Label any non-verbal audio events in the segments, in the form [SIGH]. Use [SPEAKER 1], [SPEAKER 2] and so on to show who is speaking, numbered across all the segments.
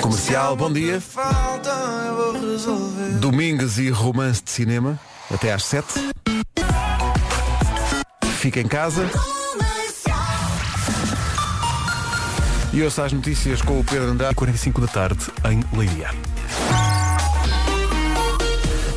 [SPEAKER 1] Comercial, bom dia.
[SPEAKER 2] Falta, eu vou resolver.
[SPEAKER 1] Domingues e romance de cinema, até às 7. Fica em casa. E ouça as notícias com o Pedro Andrade.
[SPEAKER 3] 45 da tarde em Leiria.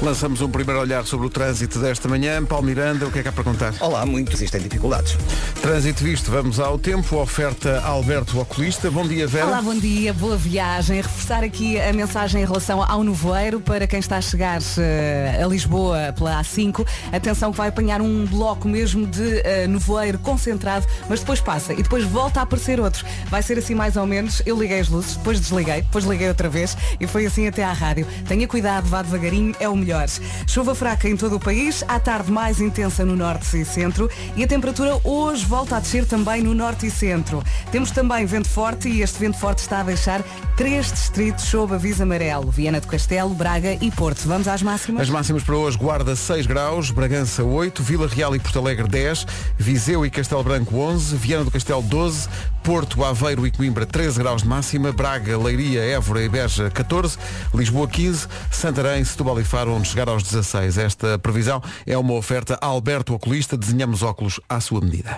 [SPEAKER 1] Lançamos um primeiro olhar sobre o trânsito desta manhã. Paulo Miranda, o que é que há para contar?
[SPEAKER 4] Olá, muitos existem dificuldades.
[SPEAKER 1] Trânsito visto, vamos ao tempo. Oferta Alberto Oculista. Bom dia, Vera.
[SPEAKER 5] Olá, bom dia, boa viagem. Reforçar aqui a mensagem em relação ao nevoeiro para quem está a chegar eh, a Lisboa pela A5. Atenção que vai apanhar um bloco mesmo de eh, nevoeiro concentrado, mas depois passa e depois volta a aparecer outro. Vai ser assim mais ou menos. Eu liguei as luzes, depois desliguei, depois liguei outra vez e foi assim até à rádio. Tenha cuidado, vá devagarinho, é o melhor. Chuva fraca em todo o país, à tarde mais intensa no norte e centro e a temperatura hoje volta a descer também no norte e centro. Temos também vento forte e este vento forte está a deixar três distritos sob aviso amarelo. Viana do Castelo, Braga e Porto. Vamos às máximas?
[SPEAKER 1] As máximas para hoje, Guarda 6 graus, Bragança 8, Vila Real e Porto Alegre 10, Viseu e Castelo Branco 11, Viana do Castelo 12, Porto, Aveiro e Coimbra 13 graus de máxima, Braga, Leiria, Évora e Beja 14, Lisboa 15, Santarém, Setúbal e Faro onde chegar aos 16. Esta previsão é uma oferta a Alberto Oculista, desenhamos óculos à sua medida.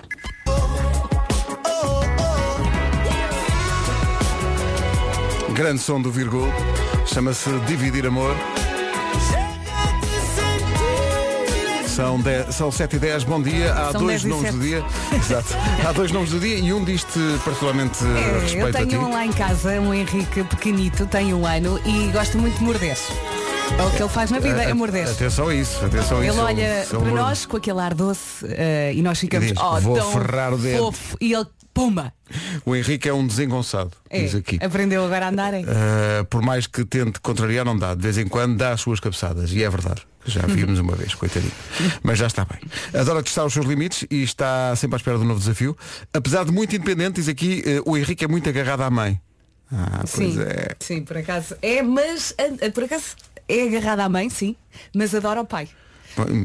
[SPEAKER 1] Grande som do Virgul, chama-se Dividir Amor. São, 10, são 7 e 10, bom dia. Há
[SPEAKER 5] São
[SPEAKER 1] dois
[SPEAKER 5] 10 e
[SPEAKER 1] nomes
[SPEAKER 5] sete.
[SPEAKER 1] do
[SPEAKER 5] [LAUGHS]
[SPEAKER 1] dia. Exato. Há dois nomes do dia e um diste particularmente
[SPEAKER 5] É,
[SPEAKER 1] eh, respeito
[SPEAKER 5] eu
[SPEAKER 1] a ti.
[SPEAKER 5] tenho um lá em casa, um Henrique pequenito, tem um ano e gosta muito de morder. É o que ele faz na vida, é morder.
[SPEAKER 1] Atenção a isso, atenção a isso.
[SPEAKER 5] Ele
[SPEAKER 1] São-
[SPEAKER 5] olha
[SPEAKER 1] são
[SPEAKER 5] para
[SPEAKER 1] morder.
[SPEAKER 5] nós com aquele ar doce eh, e nós ficamos,
[SPEAKER 1] diz,
[SPEAKER 5] oh,
[SPEAKER 1] "Vou
[SPEAKER 5] tão
[SPEAKER 1] ferrar o dedo."
[SPEAKER 5] fofo. E ele, pumba,
[SPEAKER 1] O Henrique é um desengonçado,
[SPEAKER 5] É,
[SPEAKER 1] diz aqui.
[SPEAKER 5] aprendeu agora a andar, é?
[SPEAKER 1] Uh, por mais que tente contrariar, não dá. De vez em quando dá as suas cabeçadas. E é verdade. Já vimos uma vez, coitadinho. Mas já está bem. Adora testar os seus limites e está sempre à espera de um novo desafio. Apesar de muito independente, diz aqui, uh, o Henrique é muito agarrado à mãe. Ah, pois
[SPEAKER 5] sim,
[SPEAKER 1] é.
[SPEAKER 5] sim, por acaso. É, mas ah, por acaso é agarrada à mãe, sim, mas adora o pai.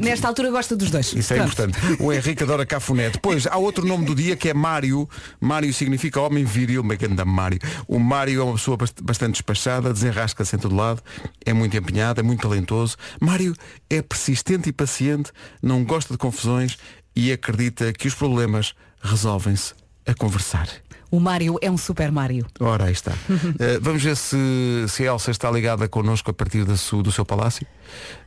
[SPEAKER 5] Nesta altura gosta dos dois.
[SPEAKER 1] Isso é
[SPEAKER 5] Pronto.
[SPEAKER 1] importante. O Henrique adora cafuné. Depois, há outro nome do dia que é Mário. Mário significa homem viril, uma grande Mário. O Mário é uma pessoa bast- bastante despachada, desenrasca-se em todo lado, é muito empenhado, é muito talentoso. Mário é persistente e paciente, não gosta de confusões e acredita que os problemas resolvem-se a conversar.
[SPEAKER 5] O Mário é um super Mário.
[SPEAKER 1] Ora, aí
[SPEAKER 5] [LAUGHS]
[SPEAKER 1] está. Eh, vamos ver se, se a Elsa está ligada connosco a partir da su- do seu palácio.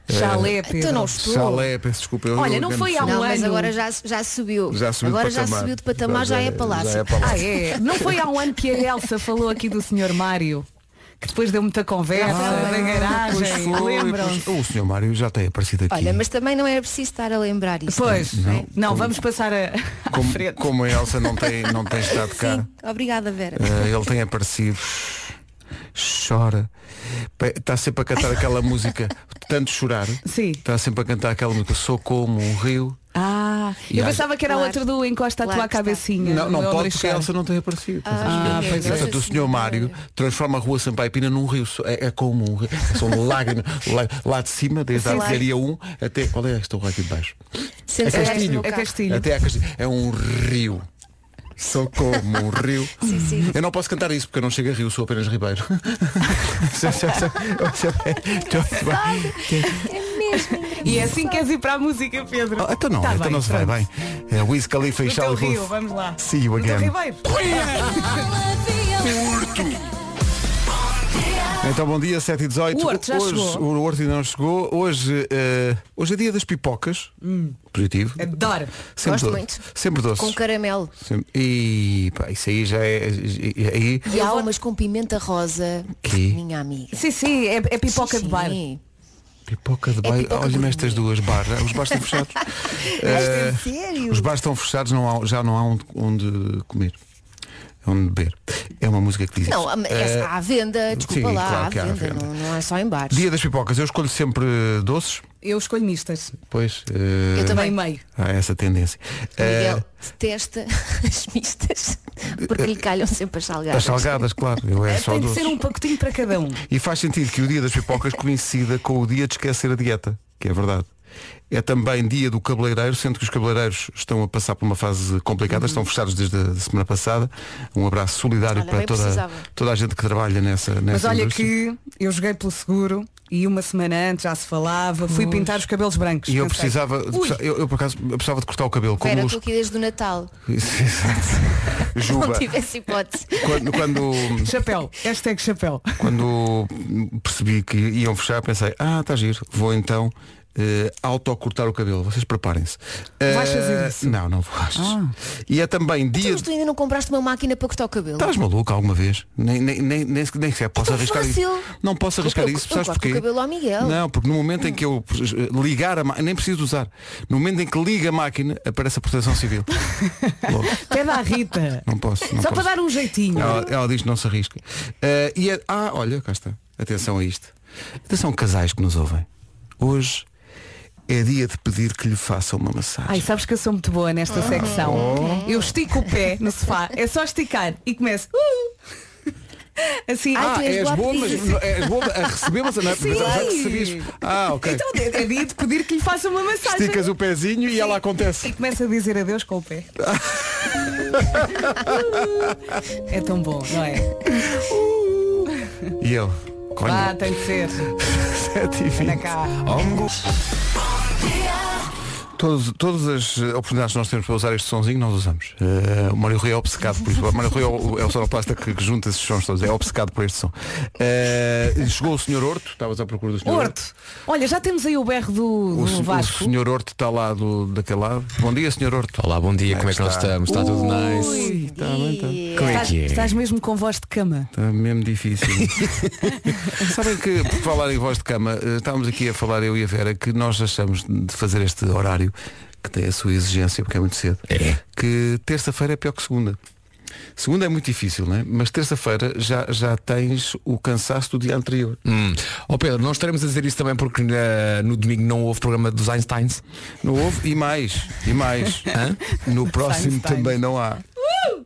[SPEAKER 1] É.
[SPEAKER 5] Chalé, É, Pedro.
[SPEAKER 6] Então não estou.
[SPEAKER 1] Chalé, peço desculpa. eu-
[SPEAKER 5] Olha,
[SPEAKER 1] eu
[SPEAKER 5] não
[SPEAKER 1] engano-me
[SPEAKER 5] foi há um
[SPEAKER 1] sempre.
[SPEAKER 6] Não, mas
[SPEAKER 5] ano.
[SPEAKER 6] agora já, já subiu.
[SPEAKER 1] Já subiu de
[SPEAKER 6] agora já
[SPEAKER 1] patamar.
[SPEAKER 6] subiu de patamar, já, é palácio.
[SPEAKER 1] Já é palácio.
[SPEAKER 5] Ah, é? Não foi há um ano que a Elsa falou aqui do senhor Mário? Que depois deu muita conversa na
[SPEAKER 1] Ah, Pois
[SPEAKER 5] garagem,
[SPEAKER 1] foi,
[SPEAKER 5] lembram-se?
[SPEAKER 1] pois- O senhor Mário já tem aparecido aqui.
[SPEAKER 6] Olha, mas também não é preciso estar a lembrar isso.
[SPEAKER 5] Pois,
[SPEAKER 6] não é?
[SPEAKER 5] não, vamos passar a, à
[SPEAKER 1] como,
[SPEAKER 5] frente.
[SPEAKER 1] como a Elsa não tem, não tem estado cá,
[SPEAKER 6] Sim, obrigada, Vera.
[SPEAKER 1] eh, ele tem aparecido. Chora. Pe- Está sempre a cantar aquela música. Tanto chorar.
[SPEAKER 5] Sim.
[SPEAKER 1] Está sempre a cantar aquela música. Sou como um rio.
[SPEAKER 5] Ah,
[SPEAKER 1] E
[SPEAKER 5] eu
[SPEAKER 1] há-
[SPEAKER 5] pensava que era
[SPEAKER 6] Claro.
[SPEAKER 5] outro do encosta à
[SPEAKER 6] Claro
[SPEAKER 5] tua
[SPEAKER 6] que está.
[SPEAKER 5] cabecinha.
[SPEAKER 1] Não, não
[SPEAKER 5] do
[SPEAKER 1] pode
[SPEAKER 5] Alexandre.
[SPEAKER 1] porque a Elsa não tem aparecido.
[SPEAKER 5] Ah,
[SPEAKER 6] Ah,
[SPEAKER 5] pois é.
[SPEAKER 1] Portanto, o senhor Mário transforma a rua Sampaio Pina num rio. So- É, é como um rio. São lágrimas. lá, lá de cima, desde a
[SPEAKER 6] Sim.
[SPEAKER 1] artilharia 1 até. Qual é esta rua aqui de baixo?
[SPEAKER 6] Sente
[SPEAKER 1] É
[SPEAKER 6] o resto
[SPEAKER 1] Castilho.
[SPEAKER 6] no
[SPEAKER 5] É
[SPEAKER 6] carro.
[SPEAKER 5] Castilho.
[SPEAKER 1] Até à Castilho. É um rio. Sou como um
[SPEAKER 5] [LAUGHS]
[SPEAKER 1] rio.
[SPEAKER 6] Sim, sim.
[SPEAKER 1] Eu não posso cantar isso porque eu não chego a rio, sou apenas ribeiro. Sim, sim, sim. Então Muito bem.
[SPEAKER 6] É mesmo.
[SPEAKER 5] E é assim que queres ir para a música, Pedro.
[SPEAKER 1] Ah, então não,
[SPEAKER 5] Tá
[SPEAKER 1] então
[SPEAKER 5] bem,
[SPEAKER 1] não se vai
[SPEAKER 5] pronto.
[SPEAKER 1] bem. É Wiz Khalifa e
[SPEAKER 5] No teu
[SPEAKER 1] Charles
[SPEAKER 5] rio,
[SPEAKER 1] Booth.
[SPEAKER 5] vamos lá.
[SPEAKER 1] See you
[SPEAKER 5] No teu
[SPEAKER 1] again.
[SPEAKER 5] ribeiro.
[SPEAKER 1] Então bom dia, 7 e 18.
[SPEAKER 5] O Horto já
[SPEAKER 1] hoje,
[SPEAKER 5] chegou.
[SPEAKER 1] O Horto ainda não chegou. Hoje, eh, hoje é dia das pipocas. Positivo.
[SPEAKER 5] Hum. Adoro.
[SPEAKER 1] Sempre
[SPEAKER 6] Gosto
[SPEAKER 1] doce.
[SPEAKER 6] muito.
[SPEAKER 1] Sempre doce.
[SPEAKER 6] Com caramelo.
[SPEAKER 1] E pá, isso aí já é. Aí,
[SPEAKER 6] E há umas com pimenta rosa,
[SPEAKER 1] Que?
[SPEAKER 6] minha amiga.
[SPEAKER 5] Sim, sim, é, é pipoca
[SPEAKER 6] Sim,
[SPEAKER 5] de bar.
[SPEAKER 6] sim.
[SPEAKER 1] Pipoca de
[SPEAKER 6] É
[SPEAKER 1] bairro.
[SPEAKER 6] pipoca
[SPEAKER 1] Olha-me
[SPEAKER 6] gourmet.
[SPEAKER 1] estas duas barras. Os
[SPEAKER 6] [LAUGHS]
[SPEAKER 1] bares estão fechados. Eh, Os bares estão fechados, não há- já não há onde, onde comer. Onde beber. É uma música que diz
[SPEAKER 6] Não,
[SPEAKER 1] isso.
[SPEAKER 6] há-
[SPEAKER 1] Eh,
[SPEAKER 6] essa- há venda, desculpa
[SPEAKER 1] sim,
[SPEAKER 6] lá,
[SPEAKER 1] claro
[SPEAKER 6] há
[SPEAKER 1] que há
[SPEAKER 6] venda,
[SPEAKER 1] venda.
[SPEAKER 6] Não, não é só em bares.
[SPEAKER 1] Dia das pipocas. Eu escolho sempre eh, doces.
[SPEAKER 5] Eu escolho mistas.
[SPEAKER 1] É Pois. eh,
[SPEAKER 6] Eu também.
[SPEAKER 5] Meio meio.
[SPEAKER 1] Há essa tendência. Eh,
[SPEAKER 6] Miguel detesta [LAUGHS] as mistas porque lhe calham sempre as salgadas.
[SPEAKER 1] Eh, as salgadas, claro. Eu
[SPEAKER 6] Eh,
[SPEAKER 1] é só
[SPEAKER 5] Tem de
[SPEAKER 1] doces.
[SPEAKER 5] ser um pacotinho para cada um.
[SPEAKER 1] E faz sentido que o dia das pipocas coincida com o dia de esquecer a dieta, que é verdade. É também dia do cabeleireiro, sendo que os cabeleireiros estão a passar por uma fase complicada, estão fechados desde a semana passada. Um abraço solidário
[SPEAKER 6] Uhum. Olha,
[SPEAKER 1] para
[SPEAKER 6] bem
[SPEAKER 1] toda,
[SPEAKER 6] precisava.
[SPEAKER 1] toda a gente que trabalha nessa, nessa
[SPEAKER 5] Mas olha
[SPEAKER 1] indústria.
[SPEAKER 5] que eu joguei pelo seguro e uma semana antes já se falava, fui pintar os cabelos brancos.
[SPEAKER 1] E eu
[SPEAKER 5] pensei,
[SPEAKER 1] precisava,
[SPEAKER 5] "Ui,
[SPEAKER 1] eu, eu por acaso eu precisava de cortar o cabelo, como
[SPEAKER 6] Vera,
[SPEAKER 1] os-
[SPEAKER 6] tu aqui desde o Natal.
[SPEAKER 1] Isso, [LAUGHS] exato.
[SPEAKER 6] Não
[SPEAKER 1] Juba,
[SPEAKER 6] tivesse hipótese.
[SPEAKER 1] quando, quando,
[SPEAKER 6] [LAUGHS]
[SPEAKER 5] Chapéu, hashtag
[SPEAKER 1] [LAUGHS]
[SPEAKER 5] chapéu.
[SPEAKER 1] Quando percebi que iam fechar, pensei, ah, está giro, vou então eh, autocortar o cabelo. Vocês preparem-se.
[SPEAKER 5] Vais
[SPEAKER 1] Eh,
[SPEAKER 5] fazer isso?
[SPEAKER 1] Não, não vou. achas? E é também dia.
[SPEAKER 6] Ah. Então, Mas tu ainda não compraste uma máquina para cortar o cabelo.
[SPEAKER 1] Estás maluco alguma vez? Nem, nem, nem, nem, se- nem sequer posso
[SPEAKER 6] tão
[SPEAKER 1] arriscar
[SPEAKER 6] Então, fácil.
[SPEAKER 1] isso. Não posso arriscar
[SPEAKER 6] Eu- eu
[SPEAKER 1] isso, sabes
[SPEAKER 6] corto o
[SPEAKER 1] porquê?
[SPEAKER 6] cabelo ao Miguel.
[SPEAKER 1] Não, porque no momento em que eu eh, ligar a máquina, nem preciso de usar, no momento em que liga a máquina, aparece a proteção
[SPEAKER 6] [LAUGHS]
[SPEAKER 1] civil. Logo,
[SPEAKER 5] Pede à Rita.
[SPEAKER 1] não posso. Não
[SPEAKER 5] Só
[SPEAKER 1] posso.
[SPEAKER 5] para dar um jeitinho.
[SPEAKER 1] Ela, ela diz que não se arrisca. Eh, e é- ah, olha, cá está. Atenção a isto. Atenção, casais que nos ouvem. Hoje é dia de pedir que lhe façam uma massagem.
[SPEAKER 5] Ai, sabes que eu sou muito boa nesta
[SPEAKER 1] Ah.
[SPEAKER 5] secção. Eu estico o pé no sofá, é só esticar e começo. "Uh". Assim,
[SPEAKER 6] Ai,
[SPEAKER 1] ah,
[SPEAKER 6] tu és
[SPEAKER 1] és
[SPEAKER 6] boa
[SPEAKER 1] boa,
[SPEAKER 6] a
[SPEAKER 1] mas
[SPEAKER 6] pedir.
[SPEAKER 1] não- és boa a receber mas não é?
[SPEAKER 5] Sim.
[SPEAKER 1] Pensava que recebias. Ah, ok.
[SPEAKER 5] então é é dia de pedir que lhe faça uma massagem.
[SPEAKER 1] Esticas o pezinho e ela acontece.
[SPEAKER 5] E começa a dizer adeus com
[SPEAKER 1] [LAUGHS]
[SPEAKER 5] o pé. é tão bom, não é?
[SPEAKER 1] E eu.
[SPEAKER 5] Ah,
[SPEAKER 1] Olha,
[SPEAKER 5] tem que ser.
[SPEAKER 1] 7 e 20.
[SPEAKER 5] Anda cá.
[SPEAKER 1] Todos, todas as eh, oportunidades que nós temos para usar este sonzinho, nós usamos. Eh, o Mário Rui é obcecado por isso. O Mário Rui é o, é o sonoplasta que, que junta esses sons todos. É obcecado por este som. Eh, chegou o Sr. Horto. Estavas à procura do Sr.
[SPEAKER 5] Horto. Olha, já temos aí o berro do,
[SPEAKER 1] O,
[SPEAKER 5] do
[SPEAKER 1] se- o
[SPEAKER 5] Vasco.
[SPEAKER 1] Sr. Horto está lá do, daquele lado. Bom dia, Sr. Horto.
[SPEAKER 4] Olá, bom dia, como é que nós
[SPEAKER 1] está. Uh!
[SPEAKER 4] estamos? Está tudo nice?
[SPEAKER 1] Ui, está tá bem, está.
[SPEAKER 4] Como é
[SPEAKER 5] Estás,
[SPEAKER 4] que é?
[SPEAKER 5] estás mesmo com voz de cama.
[SPEAKER 1] Está Tá mesmo [LAUGHS] difícil. Sabem que, por falar em voz de cama, eh, estávamos aqui a falar, eu e a Vera, que nós achamos de fazer este horário, que tem a sua exigência, porque é muito cedo,
[SPEAKER 4] É.
[SPEAKER 1] que terça-feira é pior que segunda. Segunda é muito difícil, não é? Mas terça-feira já, já tens o cansaço do dia anterior.
[SPEAKER 4] Hum. Ó Pedro, não estaremos a dizer isso também porque eh, no domingo não houve programa dos Einsteins.
[SPEAKER 1] Não houve? E mais, e
[SPEAKER 5] [LAUGHS]
[SPEAKER 1] mais. No próximo
[SPEAKER 5] Einstein.
[SPEAKER 1] também não há.
[SPEAKER 5] Uh!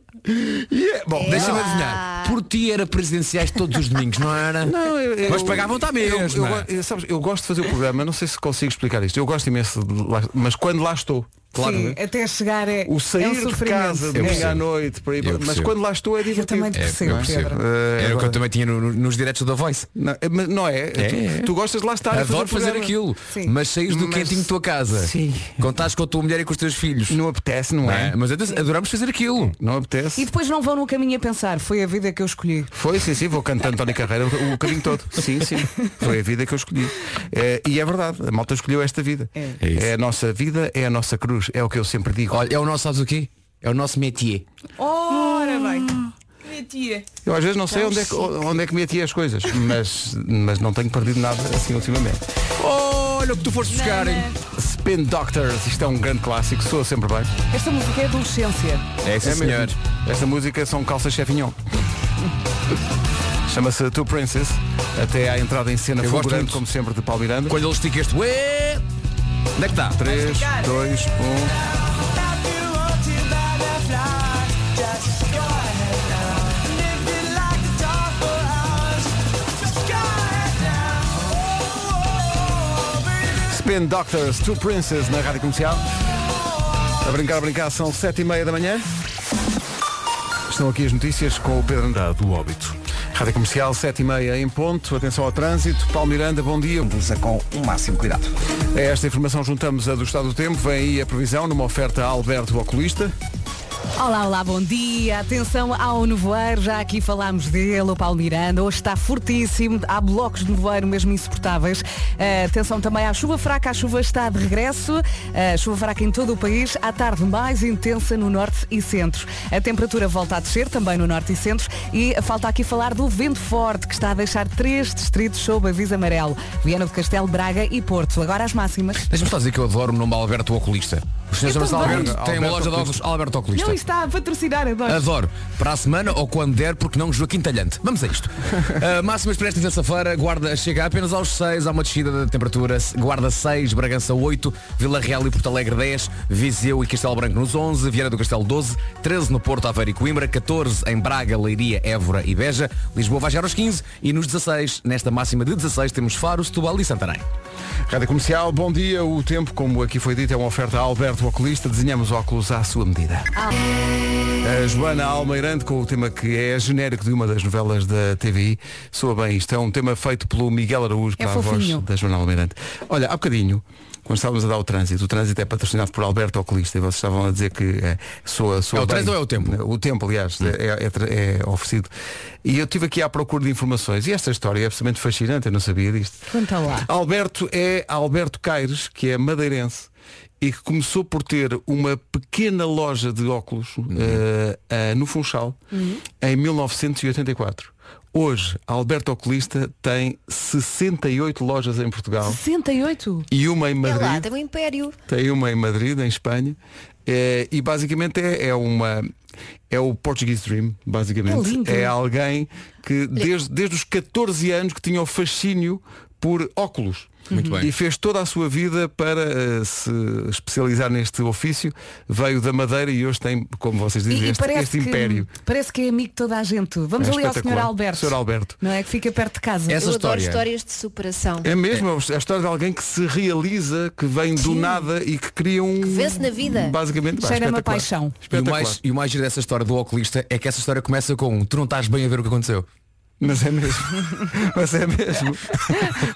[SPEAKER 1] Yeah. Bom,
[SPEAKER 5] É.
[SPEAKER 4] Deixa-me adivinhar. Por ti era presidenciais todos os domingos, não
[SPEAKER 1] [LAUGHS]
[SPEAKER 4] era?
[SPEAKER 1] Não, eu- eu-
[SPEAKER 4] Mas um tá pagavam-te à
[SPEAKER 1] eu-
[SPEAKER 4] mesma.
[SPEAKER 1] Eu, eu- sabes, eu gosto de fazer o programa, não sei se consigo explicar isto. Eu gosto imenso, de lá, mas quando lá estou, claro.
[SPEAKER 5] Sim,
[SPEAKER 1] né?
[SPEAKER 5] até chegar é.
[SPEAKER 1] O sair
[SPEAKER 5] é um
[SPEAKER 1] de
[SPEAKER 5] sofrimento.
[SPEAKER 1] casa,
[SPEAKER 4] Eu
[SPEAKER 1] domingo à
[SPEAKER 4] percebo.
[SPEAKER 1] noite, por aí,
[SPEAKER 4] Eu
[SPEAKER 1] mas
[SPEAKER 4] percebo.
[SPEAKER 1] quando lá estou é
[SPEAKER 5] Eu
[SPEAKER 1] divertido.
[SPEAKER 5] também te percebo,
[SPEAKER 4] eu percebo.
[SPEAKER 1] Eh,
[SPEAKER 5] Pedro.
[SPEAKER 4] Era o que eu
[SPEAKER 1] agora-
[SPEAKER 4] também tinha no- no- nos diretos da Voice.
[SPEAKER 1] Não, eh, mas não é?
[SPEAKER 4] É.
[SPEAKER 1] Tu, tu gostas de lá estar e fazer,
[SPEAKER 4] Adoro
[SPEAKER 1] o
[SPEAKER 4] fazer
[SPEAKER 1] programa.
[SPEAKER 4] aquilo,
[SPEAKER 5] Sim.
[SPEAKER 4] mas saís do
[SPEAKER 1] Mas-
[SPEAKER 4] quentinho de tua casa.
[SPEAKER 1] Sim.
[SPEAKER 4] Contás com a tua mulher e com os teus filhos.
[SPEAKER 1] Não apetece, não
[SPEAKER 4] Não
[SPEAKER 1] é?
[SPEAKER 4] é? Mas até- adoramos fazer aquilo.
[SPEAKER 1] Não
[SPEAKER 5] E
[SPEAKER 1] apetece.
[SPEAKER 5] depois não vão no caminho a pensar, foi a vida que eu escolhi.
[SPEAKER 1] Foi, sim, sim, vou cantando Tony Carreira o o caminho todo. Sim, sim. Foi a vida que eu escolhi. Eh, e é verdade, a malta escolheu esta vida.
[SPEAKER 5] É.
[SPEAKER 4] É isso.
[SPEAKER 1] é a nossa vida, é a nossa cruz. É o que eu sempre digo.
[SPEAKER 4] Olha, é o nosso, sabes o quê? É o nosso métier.
[SPEAKER 5] Ora bem. Minha tia.
[SPEAKER 1] Eu às vezes não sei onde é que, onde é que me atia as coisas, mas, mas não tenho perdido nada assim ultimamente. Olha o que tu foste buscar, hein? Spin Doctors, isto é um grande clássico, soa sempre bem.
[SPEAKER 5] Esta música é adolescência.
[SPEAKER 4] É sim,
[SPEAKER 1] É
[SPEAKER 4] senhor.
[SPEAKER 1] mesmo. Esta música é um são calças chefignon. Chama-se Two Princess, até à entrada em cena
[SPEAKER 4] Eu gosto
[SPEAKER 1] fulgurante,
[SPEAKER 4] muito.
[SPEAKER 1] como sempre, de Paulo Miranda.
[SPEAKER 4] Quando ele estica este. Ué! Onde é que está?
[SPEAKER 1] 3, 2, 1. Spin Doctors, Two Princes na rádio comercial. A brincar, a brincar, são 7 e meia da manhã. Estão aqui as notícias com o Pedro Andrade.
[SPEAKER 3] Dado o óbito.
[SPEAKER 1] Rádio Comercial, 7 e meia em ponto. Atenção ao trânsito. Paulo Miranda, bom dia.
[SPEAKER 7] Usa com o máximo cuidado.
[SPEAKER 1] A esta informação juntamos a do estado do tempo. Vem aí a previsão numa oferta a Alberto Oculista.
[SPEAKER 5] Olá, olá, bom dia. Atenção ao nevoeiro, já aqui falámos dele, o Paulo Miranda. Hoje está fortíssimo, há blocos de nevoeiro mesmo insuportáveis. Eh, atenção também à chuva fraca, a chuva está de regresso. Eh, chuva fraca em todo o país, à tarde mais intensa no norte e centro. A temperatura volta a descer também no norte e centro e falta aqui falar do vento forte que está a deixar três distritos sob aviso amarelo. Viana do Castelo, Braga e Porto. Agora as máximas.
[SPEAKER 4] Deixa-me só dizer que eu adoro o nome Alberto Oculista. O senhor
[SPEAKER 5] Eu
[SPEAKER 4] chama-se
[SPEAKER 5] também.
[SPEAKER 4] Alberto,
[SPEAKER 1] Alberto
[SPEAKER 4] tem uma loja de óculos
[SPEAKER 1] Oculista.
[SPEAKER 4] Alberto Oculista.
[SPEAKER 5] Não está a patrocinar agora.
[SPEAKER 4] Adoro. Para a semana ou quando der, porque não Joaquim Talhante. Vamos a isto. Uh, máximas para esta terça-feira, Guarda chega apenas aos 6, há uma descida da temperatura. Guarda 6, Bragança 8, Vila Real e Porto Alegre 10, Viseu e Castelo Branco nos 11, Vieira do Castelo 12, 13 no Porto, Aveiro e Coimbra, 14 em Braga, Leiria, Évora e Beja, Lisboa vai chegar aos 15 e nos 16, nesta máxima de 16, temos Faro, Setúbal e Santarém.
[SPEAKER 1] Rádio Comercial, bom dia. O tempo, como aqui foi dito, é uma oferta a Alberto Oculista. Desenhamos óculos à sua medida. A Joana Almeirante com o tema que é genérico de uma das novelas da TVI. Soa bem isto. É um tema feito pelo Miguel Araújo
[SPEAKER 5] É
[SPEAKER 1] para a voz
[SPEAKER 5] fofinho.
[SPEAKER 1] da Joana Almeirante. Olha, há bocadinho, quando estávamos a dar o trânsito, o trânsito é patrocinado por Alberto Oculista e vocês estavam a dizer que é, soa, soa
[SPEAKER 4] É o
[SPEAKER 1] bem.
[SPEAKER 4] trânsito ou é o tempo? Hum.
[SPEAKER 1] O tempo, aliás, é, é tra- é oferecido. E eu estive aqui à procura de informações. E esta história é absolutamente fascinante, eu não sabia disto.
[SPEAKER 5] Conta lá.
[SPEAKER 1] Alberto é Alberto Caires, que é madeirense e que começou por ter uma pequena loja de óculos
[SPEAKER 6] Uhum.
[SPEAKER 1] eh, eh, no Funchal em 1984. Hoje, Alberto Oculista tem 68 lojas em Portugal
[SPEAKER 5] 68?
[SPEAKER 1] e uma em
[SPEAKER 6] É lá,
[SPEAKER 1] Madrid.
[SPEAKER 6] tem um império.
[SPEAKER 1] Tem uma em Madrid, em Espanha. eh, e basicamente é, é uma. É o Portuguese Dream,
[SPEAKER 5] É
[SPEAKER 1] basicamente.
[SPEAKER 5] lindo. é-
[SPEAKER 1] É, alguém que desde, desde os 14 anos que tinha o fascínio por óculos. Uhum.
[SPEAKER 4] Muito bem.
[SPEAKER 1] E fez toda a sua vida para eh, se especializar neste ofício. Veio da Madeira e hoje tem, como vocês
[SPEAKER 5] E,
[SPEAKER 1] dizem,
[SPEAKER 5] e
[SPEAKER 1] este, este império.
[SPEAKER 5] que, parece que é amigo de toda a gente. Vamos
[SPEAKER 1] É
[SPEAKER 5] ali ao Sr.
[SPEAKER 1] espetacular.
[SPEAKER 5] Alberto.
[SPEAKER 1] Sr. Alberto.
[SPEAKER 5] Não é que fica perto de casa.
[SPEAKER 4] Essa
[SPEAKER 6] eu
[SPEAKER 4] história.
[SPEAKER 6] adoro histórias de superação.
[SPEAKER 1] É mesmo é a história de alguém que se realiza, que vem do nada e que cria um. Que
[SPEAKER 6] vence na vida.
[SPEAKER 1] Basicamente, pá,
[SPEAKER 5] Cheira-me a
[SPEAKER 1] espetacular.
[SPEAKER 5] paixão.
[SPEAKER 4] E o,
[SPEAKER 1] Espetacular.
[SPEAKER 4] mais, e o mais giro dessa história do oculista é que essa história começa com um, tu não estás bem a ver o que aconteceu.
[SPEAKER 1] Mas é mesmo. [LAUGHS] Mas é mesmo.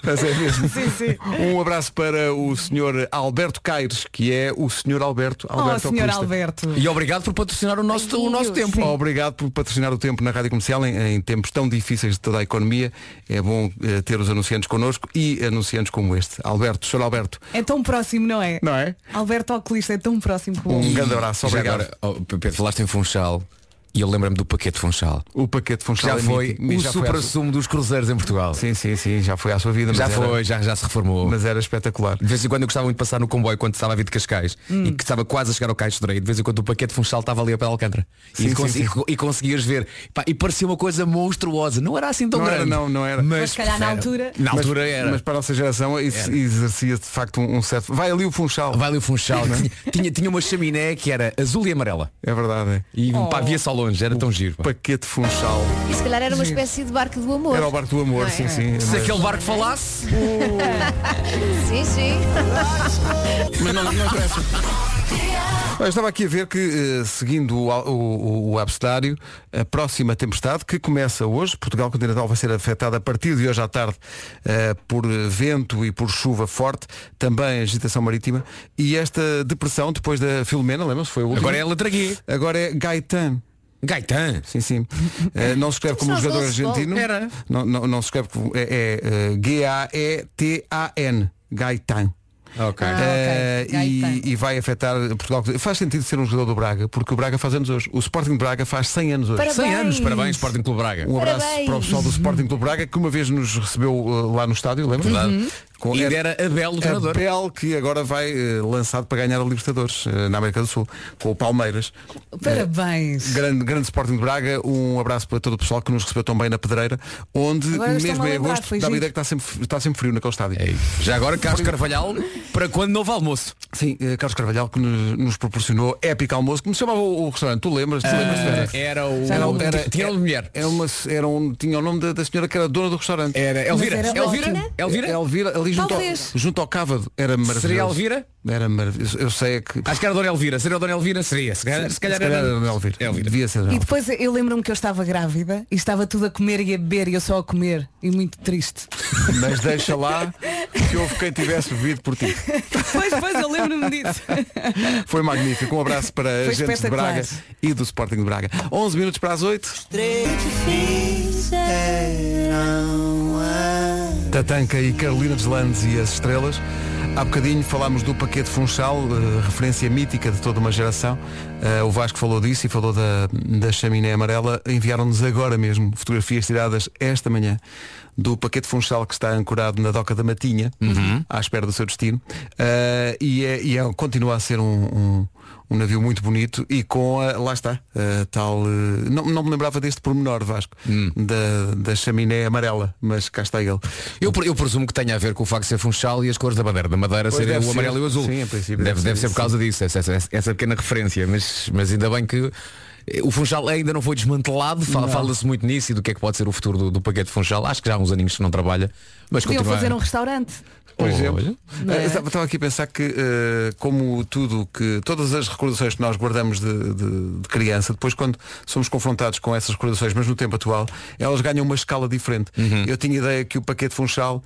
[SPEAKER 1] Mas é mesmo.
[SPEAKER 5] Sim, sim.
[SPEAKER 1] Um abraço para o senhor Alberto Caires, que é o senhor Alberto.
[SPEAKER 5] Oh,
[SPEAKER 1] Alberto
[SPEAKER 5] Sr.
[SPEAKER 1] Oculista.
[SPEAKER 5] Alberto.
[SPEAKER 4] E obrigado por patrocinar o nosso, o nosso tempo.
[SPEAKER 1] Obrigado por patrocinar o tempo na Rádio Comercial em, em tempos tão difíceis de toda a economia. É bom eh, ter os anunciantes connosco e anunciantes como este. Alberto, senhor Alberto.
[SPEAKER 5] É tão próximo, não é?
[SPEAKER 1] Não é?
[SPEAKER 5] Alberto Oculista é tão próximo como
[SPEAKER 1] Um
[SPEAKER 5] o
[SPEAKER 1] grande abraço,
[SPEAKER 4] Já
[SPEAKER 1] obrigado.
[SPEAKER 4] Agora, oh, Pedro, falaste em Funchal e eu lembro-me do paquete Funchal.
[SPEAKER 1] O paquete
[SPEAKER 4] Que já
[SPEAKER 1] funcional é
[SPEAKER 4] foi o
[SPEAKER 1] super
[SPEAKER 4] supra-sumo dos cruzeiros em Portugal.
[SPEAKER 1] Sim, sim, sim, já foi à sua vida.
[SPEAKER 4] já
[SPEAKER 1] mas era-
[SPEAKER 4] foi, já, já se reformou.
[SPEAKER 1] mas era espetacular.
[SPEAKER 4] De vez em quando eu gostava muito de passar no comboio quando estava a vir de Cascais
[SPEAKER 1] Hum.
[SPEAKER 4] e que estava quase a chegar ao Caixo de Drei. De vez em quando o paquete Funchal estava ali a pé de Alcântara.
[SPEAKER 1] Sim, sim,
[SPEAKER 4] e, cons-
[SPEAKER 1] sim.
[SPEAKER 4] e co- e conseguias ver. Pá, e parecia uma coisa monstruosa. Não era assim tão
[SPEAKER 1] Não era,
[SPEAKER 4] grande.
[SPEAKER 1] não, não era.
[SPEAKER 4] Mas,
[SPEAKER 5] Mas se calhar na
[SPEAKER 4] era.
[SPEAKER 5] altura-
[SPEAKER 4] Na
[SPEAKER 1] Mas-
[SPEAKER 4] altura era.
[SPEAKER 1] Mas para a nossa geração isso
[SPEAKER 4] Era.
[SPEAKER 1] exercia de facto um, um certo. Vai ali o funchal.
[SPEAKER 4] Vai ali o Funchal. tinha, tinha, tinha uma chaminé que era azul e amarela.
[SPEAKER 1] É verdade. é.
[SPEAKER 4] E pá,
[SPEAKER 5] Oh.
[SPEAKER 4] via-se ao longe. Era tão giro. pá.
[SPEAKER 1] Paquete funchal.
[SPEAKER 6] E se calhar era uma espécie de barco do amor.
[SPEAKER 1] Era o barco do amor,
[SPEAKER 6] Não é?
[SPEAKER 1] sim, sim.
[SPEAKER 4] Se
[SPEAKER 1] Mas-
[SPEAKER 4] aquele barco falasse.
[SPEAKER 6] Sim, sim.
[SPEAKER 1] Mas não, não interessa. Eu estava aqui a ver que, eh, seguindo o, al- o, o- o abecedário, a próxima tempestade, que começa hoje, Portugal continental vai ser afetada a partir de hoje à tarde eh, por eh, vento e por chuva forte, também agitação marítima, e esta depressão, depois da Filomena, lembram-se, foi a última.
[SPEAKER 4] Agora é a letra G.
[SPEAKER 1] Agora é Gaetan.
[SPEAKER 4] Gaetan.
[SPEAKER 1] Sim, sim.
[SPEAKER 4] [LAUGHS]
[SPEAKER 1] Eh, não se escreve como um
[SPEAKER 6] Só
[SPEAKER 1] jogador
[SPEAKER 6] doce,
[SPEAKER 1] argentino.
[SPEAKER 4] Era.
[SPEAKER 1] Não, não, não se escreve como. É, é, eh, G-A-E-T-A-N. Gaetan.
[SPEAKER 4] Ok.
[SPEAKER 1] Eh,
[SPEAKER 5] ok. Gaetan.
[SPEAKER 1] e, e vai afetar Portugal. Faz sentido ser um jogador do Braga, porque o Braga faz anos hoje. O Sporting de Braga faz 100 anos hoje.
[SPEAKER 6] Parabéns.
[SPEAKER 4] 100 anos, parabéns, Sporting Clube Braga.
[SPEAKER 1] Um abraço
[SPEAKER 6] Parabéns.
[SPEAKER 1] para o pessoal do Sporting Clube Braga, que uma vez nos recebeu eh, lá no estádio, lembra?
[SPEAKER 4] Verdade.
[SPEAKER 1] Com
[SPEAKER 4] E era Abel o treinador.
[SPEAKER 1] Abel, que agora vai eh, lançado para ganhar a Libertadores eh, na América do Sul, com o Palmeiras.
[SPEAKER 5] Parabéns.
[SPEAKER 1] Grande, grande Sporting de Braga, um abraço para todo o pessoal que nos recebeu tão bem na Pedreira, onde
[SPEAKER 5] Agora estou-me
[SPEAKER 1] mesmo
[SPEAKER 5] a
[SPEAKER 1] em
[SPEAKER 5] lembrar,
[SPEAKER 1] agosto
[SPEAKER 5] foi
[SPEAKER 1] dá a
[SPEAKER 5] giro.
[SPEAKER 1] ideia que está sempre, está sempre frio naquele estádio.
[SPEAKER 4] É isso. Já agora, Carlos Carvalhal, para quando novo almoço?
[SPEAKER 1] Sim, eh, Carlos Carvalhal que nos, nos proporcionou épico almoço, como se chamava o, o restaurante, tu lembras? Tu lembras Vera?
[SPEAKER 4] Ah, era o.
[SPEAKER 1] Era um-
[SPEAKER 4] era, tinha nome de mulher.
[SPEAKER 1] Era uma, era um, tinha o nome da, da senhora que era dona do restaurante.
[SPEAKER 4] Era Elvira.
[SPEAKER 5] era
[SPEAKER 4] Elvira?
[SPEAKER 5] ótimo.
[SPEAKER 4] Elvira?
[SPEAKER 1] Elvira, ali junto ao,
[SPEAKER 5] Talvez.
[SPEAKER 1] junto ao Cávado. Era maravilhoso.
[SPEAKER 4] Seria Elvira?
[SPEAKER 1] Era maravilhoso. Eu sei é que.
[SPEAKER 4] Acho que era a Dona Elvira. Seria a Dona Elvira? Seria. Se calhar, se calhar
[SPEAKER 1] era,
[SPEAKER 4] era.
[SPEAKER 1] Elvira.
[SPEAKER 4] Elvira.
[SPEAKER 1] Devia ser
[SPEAKER 5] E
[SPEAKER 1] Elvira.
[SPEAKER 5] depois eu lembro-me que eu estava grávida e estava tudo a comer e a beber e eu só a comer e
[SPEAKER 1] [LAUGHS]
[SPEAKER 5] muito triste.
[SPEAKER 1] Mas deixa lá que houve quem tivesse bebido por ti.
[SPEAKER 5] Pois, pois, eu lembro-me disso.
[SPEAKER 1] Foi magnífico. Um abraço para a
[SPEAKER 5] Foi
[SPEAKER 1] gente de
[SPEAKER 5] espetacular.
[SPEAKER 1] Braga e do Sporting de Braga. 11 minutos para as 8. Tatanka e Carolina Deslandes e as Estrelas. Há bocadinho falámos do paquete Funchal, eh, referência mítica de toda uma geração. Eh, o Vasco falou disso e falou da, da chaminé amarela. Enviaram-nos agora mesmo fotografias tiradas esta manhã do paquete Funchal que está ancorado na doca da Matinha, à espera do seu destino. Eh, e é, e é- continua a ser um, um- um navio muito bonito e com a, lá está, a tal. eh, não, não me lembrava deste pormenor, Vasco, da, da chaminé amarela, mas cá está ele.
[SPEAKER 4] Eu, pre- eu presumo que tenha a ver com o facto de ser funchal e as cores da bandeira da Madeira
[SPEAKER 1] Pois
[SPEAKER 4] serem
[SPEAKER 1] deve
[SPEAKER 4] o amarelo
[SPEAKER 1] ser.
[SPEAKER 4] e o azul.
[SPEAKER 1] Sim, em princípio deve
[SPEAKER 4] deve, deve,
[SPEAKER 1] ser
[SPEAKER 4] ser
[SPEAKER 1] isso,
[SPEAKER 4] por causa disso, essa, essa- essa pequena referência. Mas, mas ainda bem que eh, o Funchal ainda não foi desmantelado. Fa- Fala-se muito nisso e do que é que pode ser o futuro do, do paquete Funchal. Acho que já há uns aninhos que não trabalha. Mas
[SPEAKER 5] Podiam
[SPEAKER 4] continua.
[SPEAKER 5] fazer um restaurante.
[SPEAKER 1] Por
[SPEAKER 4] Oh,
[SPEAKER 1] exemplo,
[SPEAKER 4] olha.
[SPEAKER 5] Não é?
[SPEAKER 1] Eh, estava estava aqui a pensar que eh, como tudo que todas as recordações que nós guardamos de, de- de criança, depois quando somos confrontados com essas recordações, mas no tempo atual, elas ganham uma escala diferente.
[SPEAKER 4] Uhum.
[SPEAKER 1] Eu tinha ideia que o paquete funchal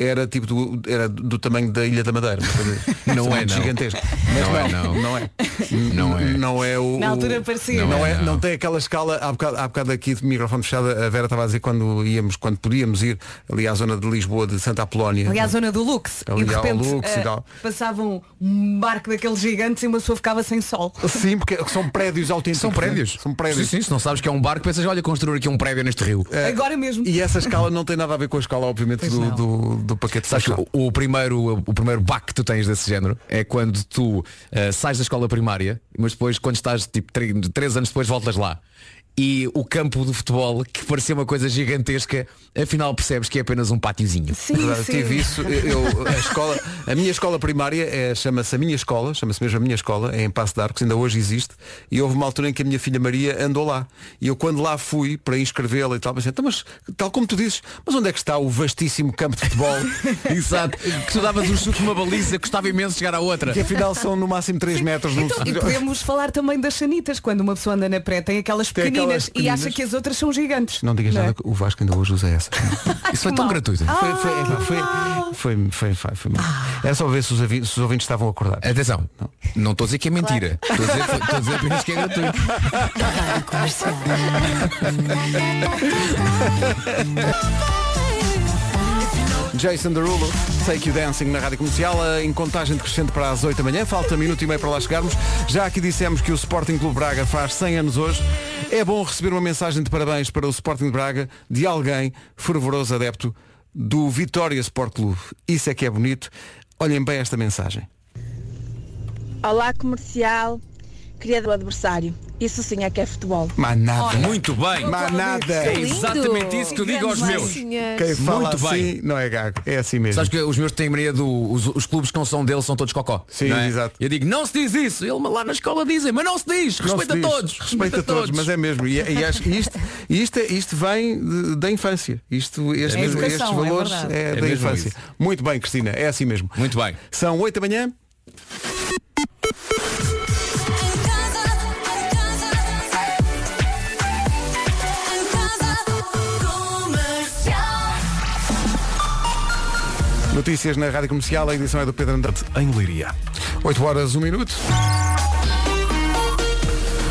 [SPEAKER 1] era tipo do, era do tamanho da Ilha da Madeira, uma
[SPEAKER 4] [LAUGHS]
[SPEAKER 1] coisa- assim.
[SPEAKER 4] Não
[SPEAKER 1] uma
[SPEAKER 4] é,
[SPEAKER 1] coisa
[SPEAKER 4] não.
[SPEAKER 1] gigantesca. Mas
[SPEAKER 4] Não é,
[SPEAKER 1] não,
[SPEAKER 4] não.
[SPEAKER 1] não é.
[SPEAKER 4] Não é.
[SPEAKER 1] Não é o
[SPEAKER 5] Na
[SPEAKER 1] o-
[SPEAKER 5] altura parecia.
[SPEAKER 1] Não,
[SPEAKER 4] Não
[SPEAKER 1] é,
[SPEAKER 4] é,
[SPEAKER 1] não.
[SPEAKER 4] não.
[SPEAKER 1] tem aquela escala, há bocado, há bocado aqui de microfone fechado, a Vera estava a dizer quando íamos, quando podíamos ir ali à zona de Lisboa, de Santa Apolónia.
[SPEAKER 5] Ali à zona do Lux.
[SPEAKER 1] Ali
[SPEAKER 5] e de
[SPEAKER 1] ao
[SPEAKER 5] repente
[SPEAKER 1] Lux e
[SPEAKER 5] eh,
[SPEAKER 1] tal.
[SPEAKER 5] passava um barco daqueles gigantes e uma pessoa ficava sem sol.
[SPEAKER 1] Sim, porque são prédios autênticos.
[SPEAKER 4] São
[SPEAKER 1] né?
[SPEAKER 4] prédios.
[SPEAKER 1] São prédios.
[SPEAKER 4] Sim, sim, se não sabes que é um barco, pensas, olha, construir aqui um prédio neste rio.
[SPEAKER 5] Agora mesmo.
[SPEAKER 1] É. E essa escala não tem nada a ver com a escala, obviamente,
[SPEAKER 5] Pois
[SPEAKER 1] do,
[SPEAKER 5] não.
[SPEAKER 1] do, do paquete
[SPEAKER 4] Sabes que
[SPEAKER 1] social.
[SPEAKER 4] o, o primeiro, o primeiro baque que tu tens desse género é quando tu eh, sais da escola primária, mas depois quando estás tipo tre- três anos depois voltas lá. E o campo do futebol, que parecia uma coisa gigantesca, afinal percebes que é apenas
[SPEAKER 5] [LAUGHS]
[SPEAKER 4] um pátiozinho.
[SPEAKER 5] Sim,
[SPEAKER 1] Verdade, eu
[SPEAKER 5] sim.
[SPEAKER 1] tive isso, eu, eu- a, escola, a minha escola primária é- chama-se a minha escola, chama-se mesmo a minha escola, é em Passo de Arcos, ainda hoje existe, e houve uma altura em que a minha filha Maria andou lá. E eu quando lá fui para inscrevê-la e tal, pensei, então, mas tal como tu dizes, mas onde é que está o vastíssimo campo de
[SPEAKER 5] [LAUGHS]
[SPEAKER 1] futebol?
[SPEAKER 4] Exato. Que tu davas um chute numa baliza, custava imenso chegar à outra.
[SPEAKER 1] que afinal são no máximo 3 metros um no
[SPEAKER 5] Então, e podemos falar também das sanitas, quando uma pessoa anda na pré, tem aquelas
[SPEAKER 1] Tem aquelas
[SPEAKER 5] pequeninas e
[SPEAKER 1] pequeninas.
[SPEAKER 5] acha que as outras são gigantes.
[SPEAKER 1] Não digas
[SPEAKER 5] é?
[SPEAKER 1] nada, o Vasco ainda hoje usa essa.
[SPEAKER 4] Isso foi tão
[SPEAKER 5] mal.
[SPEAKER 4] gratuito.
[SPEAKER 1] Foi, foi, epá, foi, foi, foi, foi, foi mal. Era só ver se os, avi- se os ouvintes estavam acordados.
[SPEAKER 4] Atenção, não estou a dizer que é mentira. Estou a dizer- estou a dizer apenas que é gratuito.
[SPEAKER 1] Jason Derulo, Take You Dancing na Rádio Comercial, eh, em contagem decrescente para as 8 da manhã, falta minuto e meio para lá chegarmos. Já aqui dissemos que o Sporting Clube Braga faz 100 anos hoje. É bom receber uma mensagem de parabéns para o Sporting de Braga de alguém fervoroso adepto do Vitória Sport Clube. Isso é que é bonito. Olhem bem esta mensagem.
[SPEAKER 7] Olá comercial, queria do adversário. Isso sim é que é futebol.
[SPEAKER 1] Mas nada.
[SPEAKER 4] Muito bem.
[SPEAKER 1] Mas
[SPEAKER 4] É
[SPEAKER 1] nada.
[SPEAKER 6] Lindo.
[SPEAKER 4] exatamente isso que eu digo aos
[SPEAKER 6] Grande
[SPEAKER 4] meus.
[SPEAKER 6] senhor.
[SPEAKER 1] Quem fala
[SPEAKER 4] Muito
[SPEAKER 1] assim
[SPEAKER 4] bem.
[SPEAKER 1] não é gago. É assim mesmo.
[SPEAKER 4] Sabes que os meus têm mania do. Os, os clubes que não são dele são todos cocó.
[SPEAKER 1] Sim,
[SPEAKER 4] não é?
[SPEAKER 1] exato.
[SPEAKER 4] Eu digo, não se diz isso. Ele lá na escola dizem, mas não se diz.
[SPEAKER 1] Não
[SPEAKER 4] Respeita
[SPEAKER 1] se diz.
[SPEAKER 4] todos.
[SPEAKER 1] Respeita todos, mas é mesmo. E, e acho que isto, isto, é, isto vem de- da infância. Isto, estes,
[SPEAKER 5] É educação,
[SPEAKER 1] estes
[SPEAKER 5] é
[SPEAKER 1] valores
[SPEAKER 5] verdade.
[SPEAKER 1] é,
[SPEAKER 4] É
[SPEAKER 1] da
[SPEAKER 4] mesmo
[SPEAKER 1] infância. Muito bem, Cristina, é assim mesmo.
[SPEAKER 4] Muito bem.
[SPEAKER 1] São 8 da manhã. Notícias na Rádio Comercial, a edição é do Pedro Andrade.
[SPEAKER 3] Em Leiria.
[SPEAKER 1] 8 horas, 1 minuto.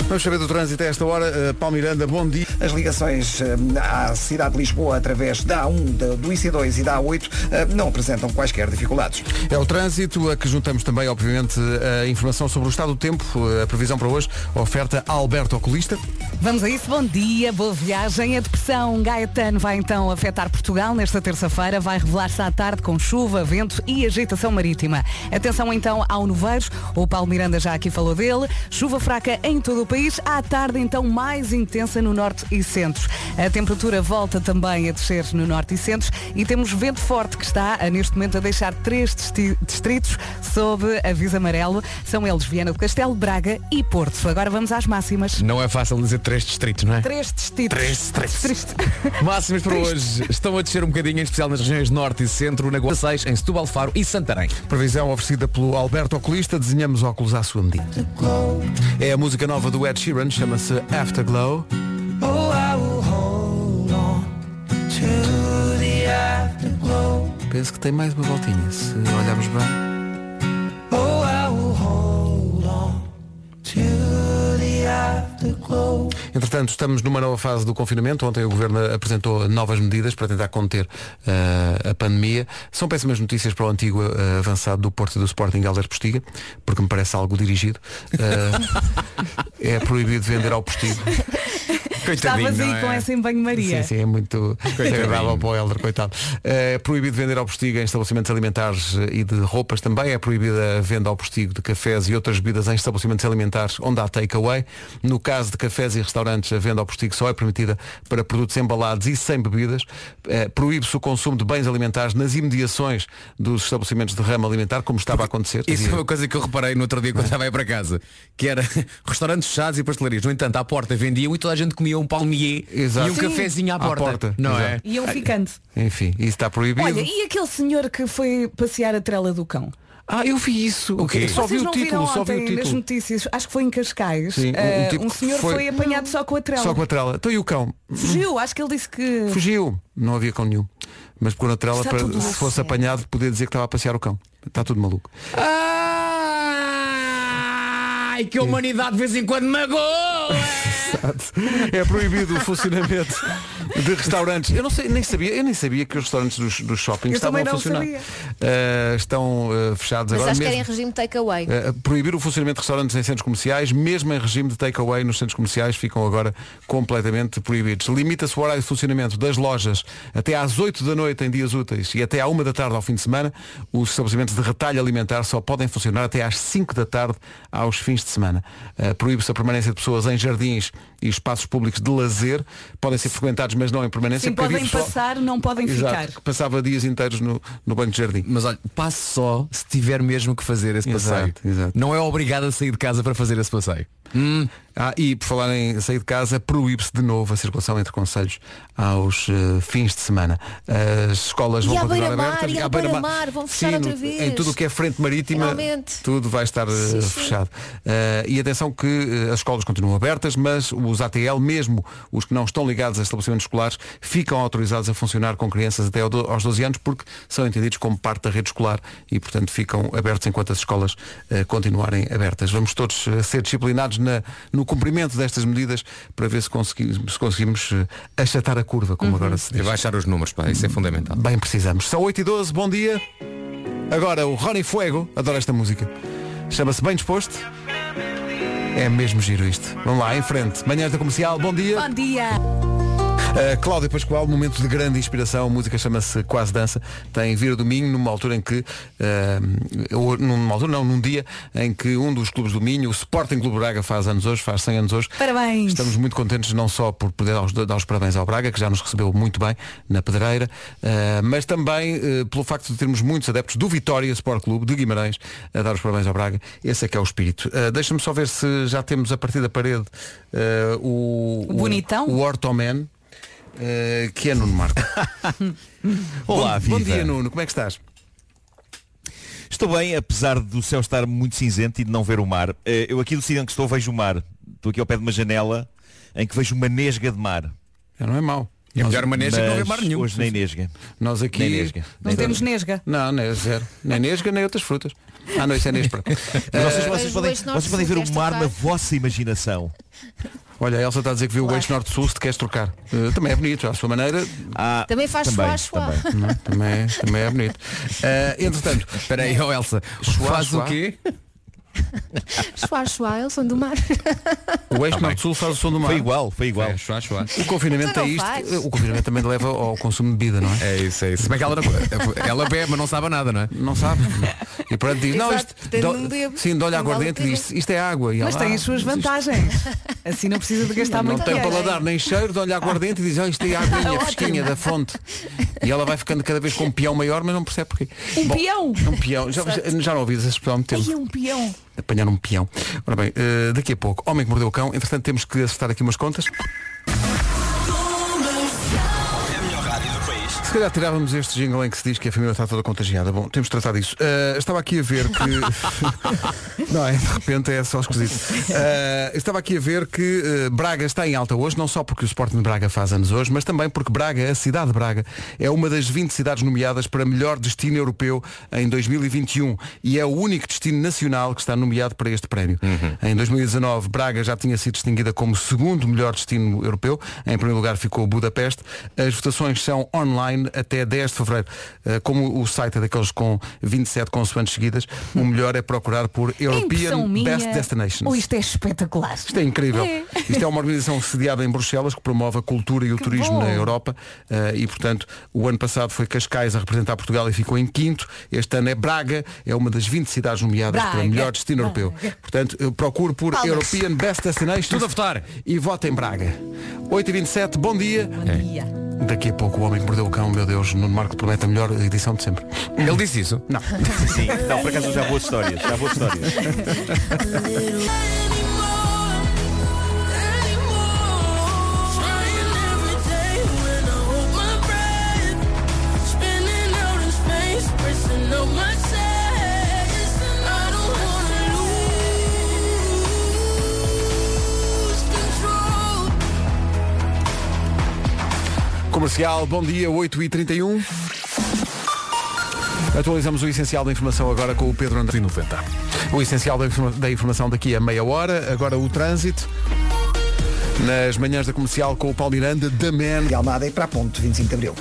[SPEAKER 1] Vamos saber do trânsito a esta hora. Uh, Paulo Miranda, bom dia.
[SPEAKER 8] As ligações eh, à cidade de Lisboa através da A1, da- do IC2 e da A8 eh, não apresentam quaisquer dificuldades.
[SPEAKER 1] É o trânsito a que juntamos também, obviamente, a informação sobre o estado do tempo, eh, a previsão para hoje, a oferta a Alberto Oculista.
[SPEAKER 5] Vamos a isso, bom dia, boa viagem. A depressão Gaetano vai então afetar Portugal nesta terça-feira, vai revelar-se à tarde com chuva, vento e agitação marítima. Atenção então ao Noveiros, o Paulo Miranda já aqui falou dele, chuva fraca em todo o país, à tarde então mais intensa no norte e centro. A temperatura volta também a descer no norte e centro e temos vento forte que está ah, neste momento a deixar três disti- distritos sob aviso amarelo, são eles Viana do Castelo, Braga e Porto. Agora vamos às máximas.
[SPEAKER 4] Não é fácil dizer três distritos, não é?
[SPEAKER 5] Três distritos.
[SPEAKER 4] Três distritos.
[SPEAKER 1] Um
[SPEAKER 5] Triste.
[SPEAKER 4] Máximas para hoje estão a descer um bocadinho, em especial nas regiões norte e centro, na Guarda 6, em Setúbal, Faro e Santarém.
[SPEAKER 1] Previsão oferecida pelo Alberto Oculista, desenhamos óculos à sua medida. É a música nova do Ed Sheeran, chama-se Afterglow. Penso que tem mais uma voltinha, se olharmos bem. Entretanto, estamos numa nova fase do confinamento. Ontem o Governo apresentou novas medidas para tentar conter eh, a pandemia. São péssimas notícias para o antigo eh, avançado do Porto e do Sporting, Helder Postiga, porque me parece algo dirigido. Eh, [LAUGHS] é proibido vender ao Postiga.
[SPEAKER 5] Estavas aí
[SPEAKER 4] não é?
[SPEAKER 5] com essa em banho-maria.
[SPEAKER 1] Sim, sim, é muito agradável para o Helder, coitado. É proibido vender ao postigo em estabelecimentos alimentares e de roupas também. É proibida a venda ao postigo de cafés e outras bebidas em estabelecimentos alimentares onde há takeaway. No caso de cafés e restaurantes, a venda ao postigo só é permitida para produtos embalados e sem bebidas. É, Proíbe-se o consumo de bens alimentares nas imediações dos estabelecimentos de ramo alimentar, como estava a acontecer.
[SPEAKER 4] Isso é
[SPEAKER 1] Havia-
[SPEAKER 4] uma coisa que eu reparei no outro dia quando estava aí para casa, que era [LAUGHS] restaurantes fechados e pastelarias. No entanto, à porta vendiam e toda a gente comia um palmier
[SPEAKER 1] Exato.
[SPEAKER 4] e um
[SPEAKER 1] Sim.
[SPEAKER 4] cafezinho à
[SPEAKER 1] À
[SPEAKER 4] porta.
[SPEAKER 1] porta,
[SPEAKER 4] Não
[SPEAKER 1] exato.
[SPEAKER 4] é?
[SPEAKER 5] Iam ficando.
[SPEAKER 1] Enfim, isso está proibido.
[SPEAKER 5] Olha, e aquele senhor que foi passear a trela do cão?
[SPEAKER 1] Ah, eu vi isso.
[SPEAKER 4] O quê?
[SPEAKER 1] Eu Só vi
[SPEAKER 5] Vocês
[SPEAKER 1] o
[SPEAKER 5] não
[SPEAKER 1] título,
[SPEAKER 5] viram
[SPEAKER 1] só vi o
[SPEAKER 5] ontem nas
[SPEAKER 1] título.
[SPEAKER 5] notícias, acho que foi em Cascais,
[SPEAKER 1] Sim, um- um
[SPEAKER 5] eh, um,
[SPEAKER 1] tipo que
[SPEAKER 5] senhor
[SPEAKER 1] foi-
[SPEAKER 5] foi, apanhado só com a trela.
[SPEAKER 1] Só com a trela. Então e o cão?
[SPEAKER 5] Fugiu, acho que ele disse que.
[SPEAKER 1] Fugiu, não havia cão nenhum. Mas pegou na trela
[SPEAKER 5] Está
[SPEAKER 1] para,
[SPEAKER 5] tudo
[SPEAKER 1] se fosse
[SPEAKER 5] certo.
[SPEAKER 1] apanhado, poder dizer que estava a passear o cão. Está tudo
[SPEAKER 5] [LAUGHS]
[SPEAKER 1] maluco.
[SPEAKER 4] Ai, que a humanidade de vez em quando magoa!
[SPEAKER 1] É proibido o funcionamento de restaurantes. Eu não sei, nem sabia, eu nem sabia que os restaurantes dos, dos shoppings
[SPEAKER 5] Eu
[SPEAKER 1] estavam a
[SPEAKER 5] também não
[SPEAKER 1] funcionar.
[SPEAKER 5] sabia.
[SPEAKER 1] Ah, estão ah, fechados
[SPEAKER 6] Mas
[SPEAKER 1] agora
[SPEAKER 6] acho que
[SPEAKER 1] mesmo.
[SPEAKER 6] era em regime takeaway.
[SPEAKER 1] Eh, proibir o funcionamento de restaurantes em centros comerciais, mesmo em regime de takeaway nos centros comerciais, ficam agora completamente proibidos. Limita-se o horário de funcionamento das lojas até às 8 da noite em dias úteis e até à 1 da tarde ao fim de semana. Os estabelecimentos de retalho alimentar só podem funcionar até às 5 da tarde aos fins de semana. Eh, Proíbe-se a permanência de pessoas em jardins e espaços públicos de lazer. Podem ser frequentados, mas não em permanência.
[SPEAKER 5] Sim,
[SPEAKER 1] porque havia
[SPEAKER 5] podem
[SPEAKER 1] pessoal-
[SPEAKER 5] passar, não podem
[SPEAKER 1] Exato,
[SPEAKER 5] ficar.
[SPEAKER 1] que passava dias inteiros no, no banco de jardim.
[SPEAKER 4] Mas olha, passe só se tiver mesmo que fazer esse passeio.
[SPEAKER 1] Exato, exato.
[SPEAKER 4] Não é obrigado a sair de casa para fazer esse passeio.
[SPEAKER 1] Ah, e por falar em sair de casa, proíbe-se de novo a circulação entre conselhos aos eh, fins de semana. As escolas
[SPEAKER 6] E
[SPEAKER 1] vão
[SPEAKER 6] à
[SPEAKER 1] continuar
[SPEAKER 6] beira-mar,
[SPEAKER 1] abertas.
[SPEAKER 6] e
[SPEAKER 1] à
[SPEAKER 6] ao
[SPEAKER 1] beira-mar.
[SPEAKER 6] beira-mar, vão fechar
[SPEAKER 1] Sim,
[SPEAKER 6] outra
[SPEAKER 1] no-
[SPEAKER 6] vez.
[SPEAKER 1] Em tudo o que é frente marítima,
[SPEAKER 6] Finalmente.
[SPEAKER 1] tudo vai estar eh,
[SPEAKER 6] Sim, sim.
[SPEAKER 1] fechado. Eh, e atenção que eh, as escolas continuam abertas, mas os ATL, mesmo os que não estão ligados a estabelecimentos escolares, ficam autorizados a funcionar com crianças até ao do- aos 12 anos porque são entendidos como parte da rede escolar e, portanto, ficam abertos enquanto as escolas eh, continuarem abertas. Vamos todos eh, ser disciplinados na- no cumprimento destas medidas para ver se conseguimos, se conseguimos eh, achatar a curva, como
[SPEAKER 6] Uhum.
[SPEAKER 1] agora se diz.
[SPEAKER 4] baixar os números, pá, isso é fundamental.
[SPEAKER 1] Bem precisamos. São 8 e 12, bom dia. Agora o Rony Fuego, adoro esta música. Chama-se Bem Disposto. É mesmo giro isto. Vamos lá, em frente. Manhãs da Comercial, bom dia.
[SPEAKER 5] Bom dia!
[SPEAKER 1] A Cláudia Pascoal, momento de grande inspiração, a música chama-se Quase Dança, tem Vira do Minho numa altura em que, eh, ou numa altura não, num dia em que um dos clubes do Minho, o Sporting Clube Braga, faz anos hoje, faz 100 anos hoje.
[SPEAKER 5] Parabéns.
[SPEAKER 1] Estamos muito contentes não só por poder dar os, dar os parabéns ao Braga, que já nos recebeu muito bem na pedreira, eh, mas também eh, pelo facto de termos muitos adeptos do Vitória Sport Clube, de Guimarães, a dar os parabéns ao Braga. Esse é que é o espírito. Eh, Deixa-me só ver se já temos a partir da parede eh, o,
[SPEAKER 5] O bonitão?
[SPEAKER 1] o Ortoman, eh, que é Nuno Marco.
[SPEAKER 9] [LAUGHS] Olá,
[SPEAKER 1] bom, bom
[SPEAKER 9] viva.
[SPEAKER 1] dia Nuno, como é que estás?
[SPEAKER 9] Estou bem, apesar do céu estar muito cinzento e de não ver o mar. Eh, Eu aqui do sítio em que estou vejo o mar. Estou aqui ao pé de uma janela em que vejo uma nesga de mar.
[SPEAKER 1] Já não é mau.
[SPEAKER 4] É
[SPEAKER 1] nós,
[SPEAKER 4] melhor maneja que não haver
[SPEAKER 9] Mas
[SPEAKER 4] mar nenhum.
[SPEAKER 9] hoje nem nesga.
[SPEAKER 1] nós aqui
[SPEAKER 9] Nem nesga.
[SPEAKER 5] Não temos nesga.
[SPEAKER 1] Não, nem é zero. Nem nesga, nem outras frutas. Ah, não, isso é
[SPEAKER 9] [LAUGHS]
[SPEAKER 1] nespra.
[SPEAKER 9] Mas vocês,
[SPEAKER 6] Mas
[SPEAKER 9] vocês
[SPEAKER 6] o
[SPEAKER 9] podem,
[SPEAKER 6] eixo norte
[SPEAKER 9] vocês podem ver o
[SPEAKER 6] sul
[SPEAKER 9] mar
[SPEAKER 6] desta
[SPEAKER 9] na
[SPEAKER 6] tarde.
[SPEAKER 9] vossa imaginação.
[SPEAKER 1] Olha, a Elsa está a dizer que viu o
[SPEAKER 6] Claro.
[SPEAKER 1] eixo norte-sul, se te queres trocar. Eh, também é bonito, à sua maneira.
[SPEAKER 9] Ah,
[SPEAKER 6] Também faz suá, suá. [LAUGHS]
[SPEAKER 9] também.
[SPEAKER 1] não é? também, é- também é bonito. Eh, entretanto,
[SPEAKER 4] Espera aí, ó Elsa,
[SPEAKER 1] Chuá,
[SPEAKER 4] faz
[SPEAKER 1] chuá.
[SPEAKER 4] o quê?
[SPEAKER 6] Suá, suá, eles são do mar.
[SPEAKER 1] o
[SPEAKER 5] Tá
[SPEAKER 1] eixo norte-sul faz o som do mar.
[SPEAKER 9] Foi igual, foi igual.
[SPEAKER 4] É, chuá, chuá.
[SPEAKER 1] O confinamento
[SPEAKER 6] Então
[SPEAKER 1] é
[SPEAKER 6] não
[SPEAKER 1] isto.
[SPEAKER 6] faz.
[SPEAKER 1] eh, O confinamento também leva ao consumo de bebida, não é?
[SPEAKER 4] É isso, é isso. Se bem que ela, não- ela bebe, mas não sabe nada, não é?
[SPEAKER 1] Não sabe. E pronto, diz, não,
[SPEAKER 6] Exato,
[SPEAKER 1] isto.
[SPEAKER 6] portanto, não bebo.
[SPEAKER 1] sim, de olha
[SPEAKER 6] Não vale
[SPEAKER 1] aguardente
[SPEAKER 6] a
[SPEAKER 1] e
[SPEAKER 6] pena.
[SPEAKER 1] diz, isto é água. E
[SPEAKER 5] Mas
[SPEAKER 1] ela,
[SPEAKER 5] tem
[SPEAKER 1] "Ah,
[SPEAKER 5] as suas
[SPEAKER 1] isto [LAUGHS]
[SPEAKER 5] vantagens. Assim não precisa de gastar
[SPEAKER 1] Não
[SPEAKER 5] muito
[SPEAKER 1] tem
[SPEAKER 5] dinheiro.
[SPEAKER 1] paladar nem cheiro, de olha aguardente e diz, oh, isto
[SPEAKER 6] [LAUGHS]
[SPEAKER 1] é aguinha
[SPEAKER 5] Ótimo.
[SPEAKER 1] fresquinha da fonte. E ela vai ficando cada vez com um peão maior, mas não percebe porquê.
[SPEAKER 5] Um
[SPEAKER 1] Bom,
[SPEAKER 5] peão!
[SPEAKER 1] Um peão. Já, já não ouvis essa expressão há muito tempo.
[SPEAKER 5] Ai, um peão!
[SPEAKER 1] apanhar um peão. Ora bem, eh, daqui a pouco, Homem que Mordeu o Cão, entretanto temos que acertar aqui umas contas. Se calhar tirávamos este jingle em que se diz que a família está toda contagiada. Bom, temos de tratar disso. Ah, estava aqui a ver que. não, é, de repente é só esquisito. Ah, estava aqui a ver que eh, Braga está em alta hoje, não só porque o Sporting de Braga faz anos hoje, mas também porque Braga, a cidade de Braga, é uma das 20 cidades nomeadas para melhor destino europeu em 2021 e é o único destino nacional que está nomeado para este prémio. Em 2019, Braga já tinha sido distinguida como segundo melhor destino europeu. Em primeiro lugar ficou Budapeste. As votações são online até 10 de fevereiro. Eh, Como o site é daqueles com 27 consoantes seguidas, o melhor é procurar por European
[SPEAKER 5] Impressão minha.
[SPEAKER 1] Best Destinations.
[SPEAKER 5] Ou isto é espetacular.
[SPEAKER 1] Isto é incrível.
[SPEAKER 5] É.
[SPEAKER 1] Isto é uma organização sediada em Bruxelas que promove a cultura e o
[SPEAKER 5] Que
[SPEAKER 1] turismo
[SPEAKER 5] bom.
[SPEAKER 1] na Europa eh, e, portanto, o ano passado foi Cascais a representar Portugal e ficou em quinto. Este ano é Braga, é uma das 20 cidades nomeadas para
[SPEAKER 5] Braga.
[SPEAKER 1] melhor destino
[SPEAKER 5] Braga.
[SPEAKER 1] europeu. Portanto, eu procuro por
[SPEAKER 5] Palmas.
[SPEAKER 1] European Best Destinations
[SPEAKER 4] Tudo a votar.
[SPEAKER 1] e vote em Braga. 8h27, bom dia.
[SPEAKER 5] Bom dia.
[SPEAKER 1] É. Daqui a pouco o homem que mordeu o cão, meu Deus, Nuno Marco promete a melhor edição de sempre.
[SPEAKER 4] Ele disse isso?
[SPEAKER 1] Não.
[SPEAKER 9] Sim, não, por acaso já boas histórias. Já boas histórias.
[SPEAKER 1] Comercial, bom dia, 8h31. Atualizamos o essencial da informação agora com o Pedro André. 90. O essencial da, informa- da informação daqui a meia hora. Agora o trânsito. Nas manhãs da comercial com o Paulo Miranda, da Man.
[SPEAKER 8] De Almada e para a Ponte, 25 de Abril.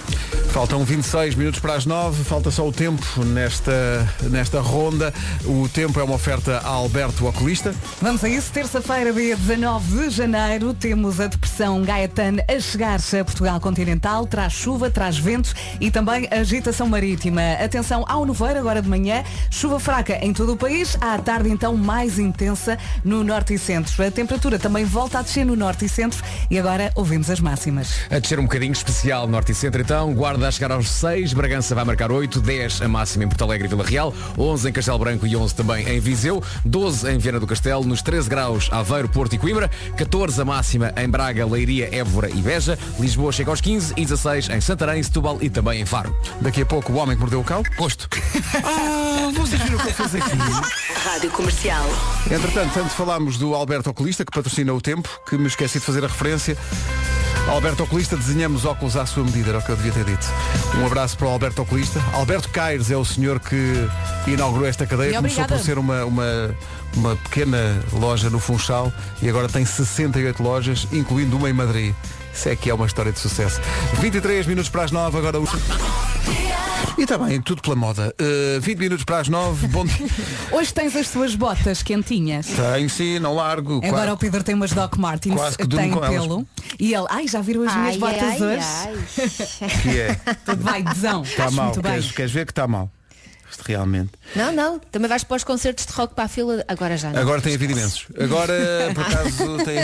[SPEAKER 1] Faltam 26 minutos para as 9. Falta só o tempo nesta, nesta ronda. O tempo é uma oferta a Alberto Oculista.
[SPEAKER 5] Vamos a isso, terça-feira, dia 19 de janeiro, temos a depressão Gaetan a chegar-se a Portugal continental, traz chuva, traz ventos e também agitação marítima. Atenção ao nevoeiro agora de manhã, chuva fraca em todo o país, à tarde então mais intensa no norte e centro. A temperatura também volta a descer no norte e centro e agora ouvimos as máximas.
[SPEAKER 4] A descer um bocadinho especial Norte e Centro então, Guarda a chegar aos 6, Bragança vai marcar 8, 10 a máxima em Porto Alegre e Vila Real, 11 em Castelo Branco e 11 também em Viseu, 12 em Viana do Castelo, nos 13 graus Aveiro, Porto e Coimbra, 14 a máxima em Braga, Leiria, Évora e Beja, Lisboa chega aos 15 e 16 em Santarém, Setúbal e também em Faro.
[SPEAKER 1] Daqui a pouco o homem que mordeu o cão. Ah,
[SPEAKER 4] Gosto.
[SPEAKER 10] Rádio Comercial.
[SPEAKER 1] Entretanto, antes falámos do Alberto Oculista, que patrocina o tempo, que me esqueci de fazer a referência. Alberto Oculista, desenhamos óculos à sua medida, era o que eu devia ter dito. Um abraço para o Alberto Oculista. Alberto Caires é o senhor que inaugurou esta cadeia.
[SPEAKER 5] E
[SPEAKER 1] Começou
[SPEAKER 5] obrigada.
[SPEAKER 1] por ser uma, uma, uma pequena loja no Funchal e agora tem 68 lojas, incluindo uma em Madrid. Isso é que é uma história de sucesso. 23 minutos para as 9,
[SPEAKER 5] [LAUGHS]
[SPEAKER 1] agora o... E está bem, tudo pela moda. Eh, 20 minutos para as 9, bom
[SPEAKER 5] [LAUGHS]
[SPEAKER 1] dia.
[SPEAKER 5] Hoje tens as tuas botas quentinhas.
[SPEAKER 1] Tenho sim, não largo.
[SPEAKER 5] Agora o Pedro tem umas Doc Martins,
[SPEAKER 1] Quase que durmo
[SPEAKER 5] tem
[SPEAKER 1] com elas.
[SPEAKER 5] pelo. E ele, ai, já viram as minhas
[SPEAKER 6] Ai,
[SPEAKER 5] botas
[SPEAKER 6] ai,
[SPEAKER 5] hoje?
[SPEAKER 6] ai.
[SPEAKER 1] que
[SPEAKER 5] [LAUGHS]
[SPEAKER 1] é.
[SPEAKER 5] Vai, desão.
[SPEAKER 1] Está mal.
[SPEAKER 5] muito bem.
[SPEAKER 1] Queres, queres ver que está mal? Isto realmente.
[SPEAKER 6] Não, não, também vais para os concertos de rock para a fila. Agora já não. é?
[SPEAKER 1] Agora tem havido imensos. Agora, por acaso, tem,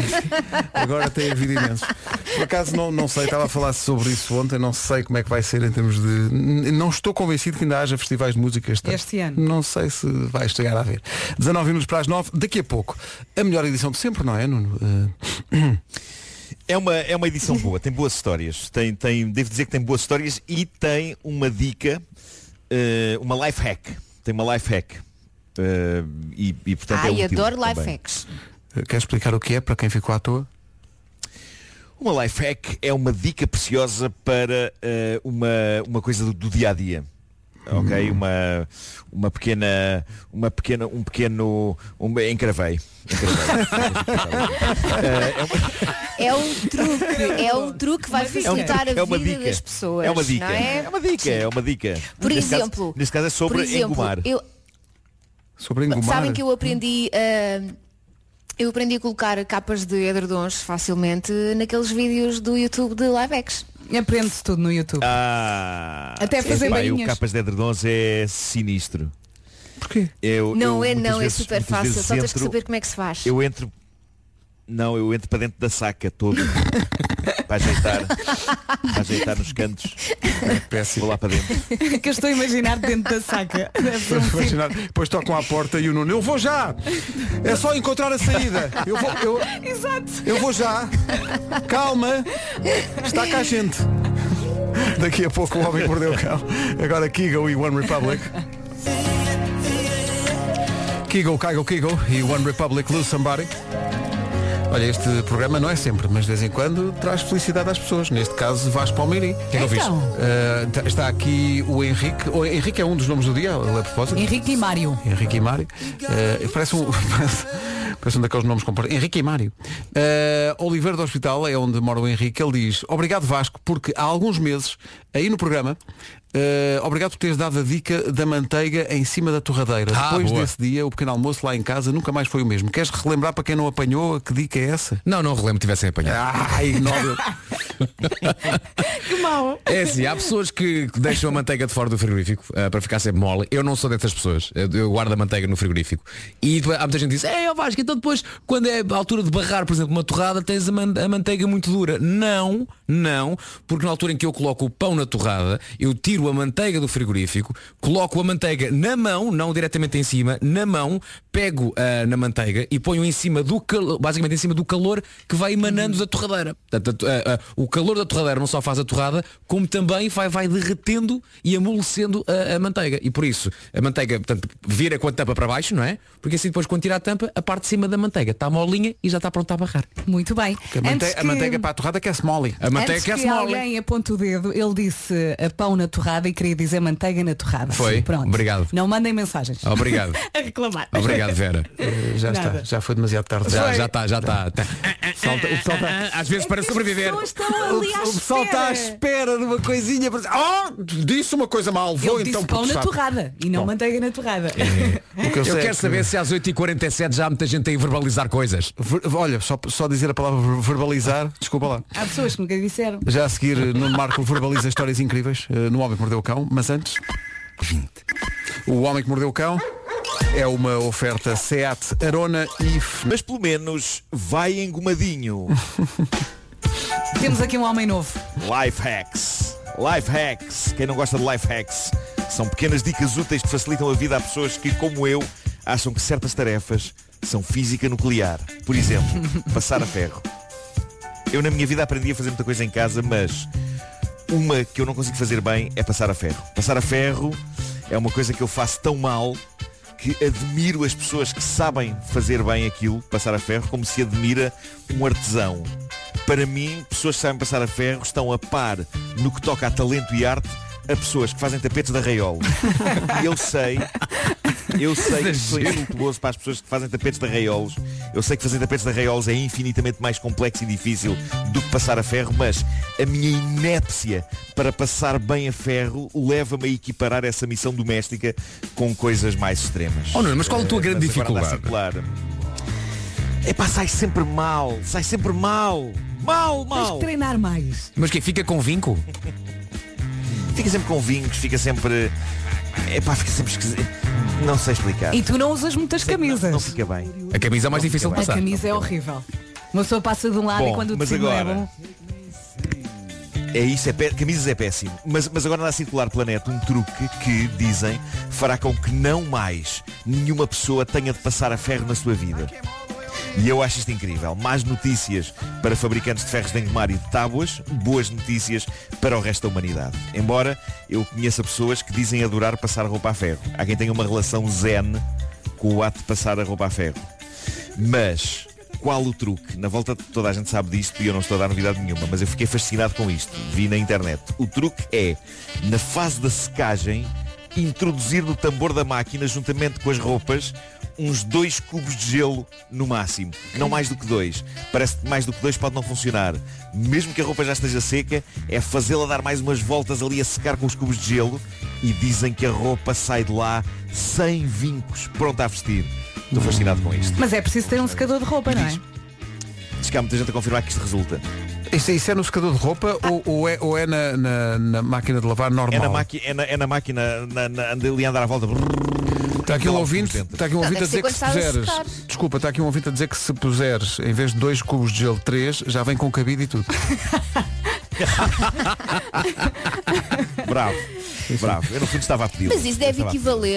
[SPEAKER 1] agora tem havido imensos. Por acaso, não, não sei, estava a falar sobre isso ontem, não sei como é que vai ser em termos de... N- Não estou convencido que ainda haja festivais de música este,
[SPEAKER 5] Este ano.
[SPEAKER 1] Não sei se vai chegar a haver. 19 minutos para as 9, daqui a pouco. A melhor edição de sempre, não é, Nuno? Eh,
[SPEAKER 9] É uma, é uma edição boa, tem boas histórias. Tem, tem, devo dizer que tem boas histórias e tem uma dica, eh, uma life hack. Tem uma life hack. Eh, e, e, portanto é
[SPEAKER 6] Ai,
[SPEAKER 9] útil
[SPEAKER 6] adoro life
[SPEAKER 9] também.
[SPEAKER 6] hacks.
[SPEAKER 1] Queres explicar o que é para quem ficou à toa?
[SPEAKER 9] Uma life hack é uma dica preciosa para eh, uma, uma coisa do, do dia a dia. Ok? Uma, uma pequena. Uma pequena. Um pequeno. Um, encravei.
[SPEAKER 6] [LAUGHS]
[SPEAKER 9] Encravei. Eh, é uma-
[SPEAKER 6] É um truque, é um truque que vai facilitar
[SPEAKER 9] é
[SPEAKER 6] a
[SPEAKER 9] uma
[SPEAKER 6] vida
[SPEAKER 9] dica.
[SPEAKER 6] das pessoas.
[SPEAKER 9] É uma dica.
[SPEAKER 6] Não é?
[SPEAKER 9] É uma dica, é uma dica.
[SPEAKER 6] Por
[SPEAKER 9] Neste caso-
[SPEAKER 6] exemplo,
[SPEAKER 9] neste caso é sobre
[SPEAKER 6] Por exemplo,
[SPEAKER 9] engomar.
[SPEAKER 6] eu-
[SPEAKER 1] Sobre engomar.
[SPEAKER 6] sabem que eu aprendi ah, eu aprendi a colocar capas de edredons facilmente naqueles vídeos do YouTube de live hacks.
[SPEAKER 5] Aprende-se tudo no YouTube.
[SPEAKER 9] Ah,
[SPEAKER 5] Até fazer
[SPEAKER 9] epá,
[SPEAKER 5] bainhas.
[SPEAKER 9] eu, capas de edredons é sinistro.
[SPEAKER 1] Porquê?
[SPEAKER 9] Eu,
[SPEAKER 6] não
[SPEAKER 9] eu
[SPEAKER 6] é,
[SPEAKER 9] muitas
[SPEAKER 6] não,
[SPEAKER 9] vezes-
[SPEAKER 6] é super
[SPEAKER 9] muitas
[SPEAKER 6] fácil,
[SPEAKER 9] vezes
[SPEAKER 6] só tens que
[SPEAKER 9] entro-
[SPEAKER 6] saber como é que se faz.
[SPEAKER 9] Eu entro. Não, eu entro para dentro da saca todo.
[SPEAKER 6] [LAUGHS]
[SPEAKER 9] para ajeitar. Para ajeitar nos cantos. Vou lá para
[SPEAKER 5] [LAUGHS]
[SPEAKER 9] dentro.
[SPEAKER 5] que eu estou a imaginar dentro da saca. [LAUGHS] Deve ser um circo.
[SPEAKER 1] Imaginar, depois tocam à porta e o Nuno, eu vou já! É só encontrar a saída. Eu vou, eu,
[SPEAKER 5] Exato.
[SPEAKER 1] eu vou já. Calma! Está cá a gente. Daqui a pouco o homem que mordeu o cão. Agora Kigo e One Republic. Kigo, Kaigo, Kigo e One Republic Lose Somebody. Olha, este programa não é sempre, mas de vez em quando traz felicidade às pessoas. Neste caso, Vasco Palmeirim.
[SPEAKER 5] Quem é que Então. ouviste?
[SPEAKER 1] Eh, está aqui o Henrique. O Henrique é um dos nomes do dia, a propósito.
[SPEAKER 5] Henrique e Mário.
[SPEAKER 1] Henrique e Mário. Eh, parece um. [LAUGHS] Parece, parece um daqueles nomes comparados. Henrique e Mário. Eh, Oliveira do Hospital é onde mora o Henrique. Ele diz, obrigado Vasco, porque há alguns meses, aí no programa, eh, obrigado por teres dado a dica da manteiga em cima da torradeira.
[SPEAKER 4] Ah,
[SPEAKER 1] Depois
[SPEAKER 4] boa.
[SPEAKER 1] desse dia, o pequeno almoço lá em casa nunca mais foi o mesmo. Queres relembrar para quem não apanhou a que dica é essa?
[SPEAKER 4] Não, não relembro que tivessem apanhado.
[SPEAKER 1] Ah, [LAUGHS] ignóbil.
[SPEAKER 5] Que mau.
[SPEAKER 4] É assim, há pessoas que deixam a manteiga de fora do frigorífico ah, para ficar sempre mole. Eu não sou dessas pessoas. Eu, eu guardo a manteiga no frigorífico. E depois há muita gente que diz, é, ó Vasco, então depois, quando é a altura de barrar, por exemplo, uma torrada, tens a, man- a manteiga muito dura. Não, não, porque na altura em que eu coloco o pão na torrada, eu tiro a manteiga do frigorífico, coloco a manteiga na mão, não diretamente em cima, na mão, pego ah, na manteiga e ponho em cima do calor, basicamente em cima do calor que vai
[SPEAKER 5] Uhum.
[SPEAKER 4] emanando da torradeira. Portanto, a to- a- a- o calor da torradeira não só faz a torrada, como também vai, vai derretendo e amolecendo a, a manteiga. E por isso, a manteiga, portanto, vira com a tampa para baixo, não é? Porque assim depois quando tira a tampa, a parte de cima da manteiga está molinha e já está pronta a barrar.
[SPEAKER 5] Muito bem.
[SPEAKER 1] A, mante-
[SPEAKER 5] Antes
[SPEAKER 1] a
[SPEAKER 5] que-
[SPEAKER 1] manteiga para a torrada que é smolly.
[SPEAKER 4] A manteiga
[SPEAKER 5] Antes
[SPEAKER 4] que é
[SPEAKER 5] que
[SPEAKER 4] mole.
[SPEAKER 5] alguém aponte o dedo, ele disse eh, pão na torrada e queria dizer manteiga na torrada.
[SPEAKER 4] Foi.
[SPEAKER 5] Pronto.
[SPEAKER 4] Obrigado.
[SPEAKER 5] Não mandem mensagens.
[SPEAKER 4] Obrigado.
[SPEAKER 5] [LAUGHS] A reclamar. [LAUGHS]
[SPEAKER 4] Obrigado, Vera.
[SPEAKER 1] Eh, Já
[SPEAKER 5] Nada.
[SPEAKER 1] está, já foi demasiado tarde.
[SPEAKER 4] Já, já está, já está. Tá.
[SPEAKER 1] Salta- o pessoal está-
[SPEAKER 4] Às vezes para sobreviver.
[SPEAKER 5] É As pessoas estão ali à
[SPEAKER 1] O pessoal está à
[SPEAKER 5] espera.
[SPEAKER 1] espera de uma coisinha. para- Oh, disse uma coisa mal. Vou
[SPEAKER 5] Ele
[SPEAKER 1] então
[SPEAKER 5] disse pão na
[SPEAKER 1] protestar.
[SPEAKER 5] torrada e não manteiga na torrada.
[SPEAKER 1] O que eu, sei
[SPEAKER 4] Eu
[SPEAKER 1] é
[SPEAKER 4] quero
[SPEAKER 1] que-
[SPEAKER 4] saber se às 8h47 já há muita gente aí a verbalizar coisas.
[SPEAKER 1] Ver- olha, só, só dizer a palavra ver- verbalizar, desculpa lá.
[SPEAKER 5] Há pessoas que nunca disseram.
[SPEAKER 1] Já a seguir, eh, Nuno Marco verbaliza histórias incríveis eh, no Homem que Mordeu o Cão, mas antes. 20. O Homem que Mordeu o Cão é uma oferta SEAT Arona e F-
[SPEAKER 9] Mas pelo menos vai engomadinho.
[SPEAKER 5] Temos aqui um homem novo.
[SPEAKER 9] Life hacks. Life hacks. Quem não gosta de life hacks? São pequenas dicas úteis que facilitam a vida a pessoas que, como eu, acham que certas tarefas são física nuclear. Por exemplo, [LAUGHS] passar a ferro. Eu na minha vida aprendi a fazer muita coisa em casa, mas uma que eu não consigo fazer bem é passar a ferro. Passar a ferro é uma coisa que eu faço tão mal que admiro as pessoas que sabem fazer bem aquilo, passar a ferro, como se admira um artesão. Para mim, pessoas que sabem passar a ferro estão a par no que toca a talento e arte a pessoas que fazem tapetes da Arraiolo. E eu sei, eu sei que isso foi insultuoso para as pessoas que fazem tapetes de arraiolos. Eu sei que fazer tapetes de arraiolos é infinitamente mais complexo e difícil do que passar a ferro, mas a minha inépcia para passar bem a ferro leva-me a equiparar essa missão doméstica com coisas mais extremas.
[SPEAKER 4] Oh, Nuno, mas qual a tua
[SPEAKER 9] Eh,
[SPEAKER 4] grande
[SPEAKER 9] mas agora dá-se
[SPEAKER 4] dificuldade?
[SPEAKER 9] a claro. É pá, sai sempre mal, sai sempre mal. Mal,
[SPEAKER 5] Tens
[SPEAKER 9] mal.
[SPEAKER 5] que treinar mais.
[SPEAKER 4] Mas que fica com vinco?
[SPEAKER 9] Fica sempre com vincos, fica sempre. É pá, fica sempre esquisito. Não sei explicar.
[SPEAKER 5] E tu não usas muitas
[SPEAKER 9] Ah. Não, não
[SPEAKER 5] camisas.
[SPEAKER 9] fica bem.
[SPEAKER 4] A camisa é mais
[SPEAKER 9] Não
[SPEAKER 4] difícil de
[SPEAKER 9] fica
[SPEAKER 5] A
[SPEAKER 4] passar.
[SPEAKER 5] camisa é horrível. Uma pessoa passa de um lado
[SPEAKER 9] Bom,
[SPEAKER 5] e quando o de
[SPEAKER 9] mas
[SPEAKER 5] cima é
[SPEAKER 9] agora-
[SPEAKER 5] bom.
[SPEAKER 9] É isso, é pé- camisas é péssimo. Mas, mas agora anda a circular planeta um truque que, dizem, fará com que não mais nenhuma pessoa tenha de passar a ferro na sua vida. E eu acho isto incrível. Mais notícias para fabricantes de ferros de engomar e de tábuas, boas notícias para o resto da humanidade. Embora eu conheça pessoas que dizem adorar passar roupa a ferro. Há quem tenha uma relação zen com o ato de passar a roupa a ferro. Mas qual o truque? Na volta toda a gente sabe disto e eu não estou a dar novidade nenhuma, mas eu fiquei fascinado com isto. Vi na internet. O truque é, na fase da secagem, introduzir no tambor da máquina, juntamente com as roupas, uns dois cubos de gelo no máximo. Não mais do que dois. Parece que mais do que dois pode não funcionar. Mesmo que a roupa já esteja seca, é fazê-la dar mais umas voltas ali a secar com os cubos de gelo e dizem que a roupa sai de lá sem vincos, pronta a vestir. Estou fascinado com isto.
[SPEAKER 5] Mas é preciso ter um secador de roupa, não é?
[SPEAKER 9] Diz. Diz que há muita gente a confirmar que isto resulta.
[SPEAKER 1] Isso, isso é no secador de roupa ou, ou é, ou é na, na- na máquina de lavar normal?
[SPEAKER 9] É na, maqui, é, na, é na máquina, na, na, anda ali a andar à volta.
[SPEAKER 1] Está aqui um ouvinte, está aqui um
[SPEAKER 6] Não,
[SPEAKER 1] ouvinte a
[SPEAKER 6] deve
[SPEAKER 1] dizer
[SPEAKER 6] ser
[SPEAKER 1] que se
[SPEAKER 6] quando estás a
[SPEAKER 1] puseres.
[SPEAKER 6] secar.
[SPEAKER 1] Desculpa, está aqui um ouvinte a dizer que se puseres, em vez de dois cubos de gelo, três, já vem com cabide e tudo.
[SPEAKER 9] Bravo, bravo. Eu no fundo estava a pedir.
[SPEAKER 6] Mas isso deve
[SPEAKER 9] Eu estava a eh,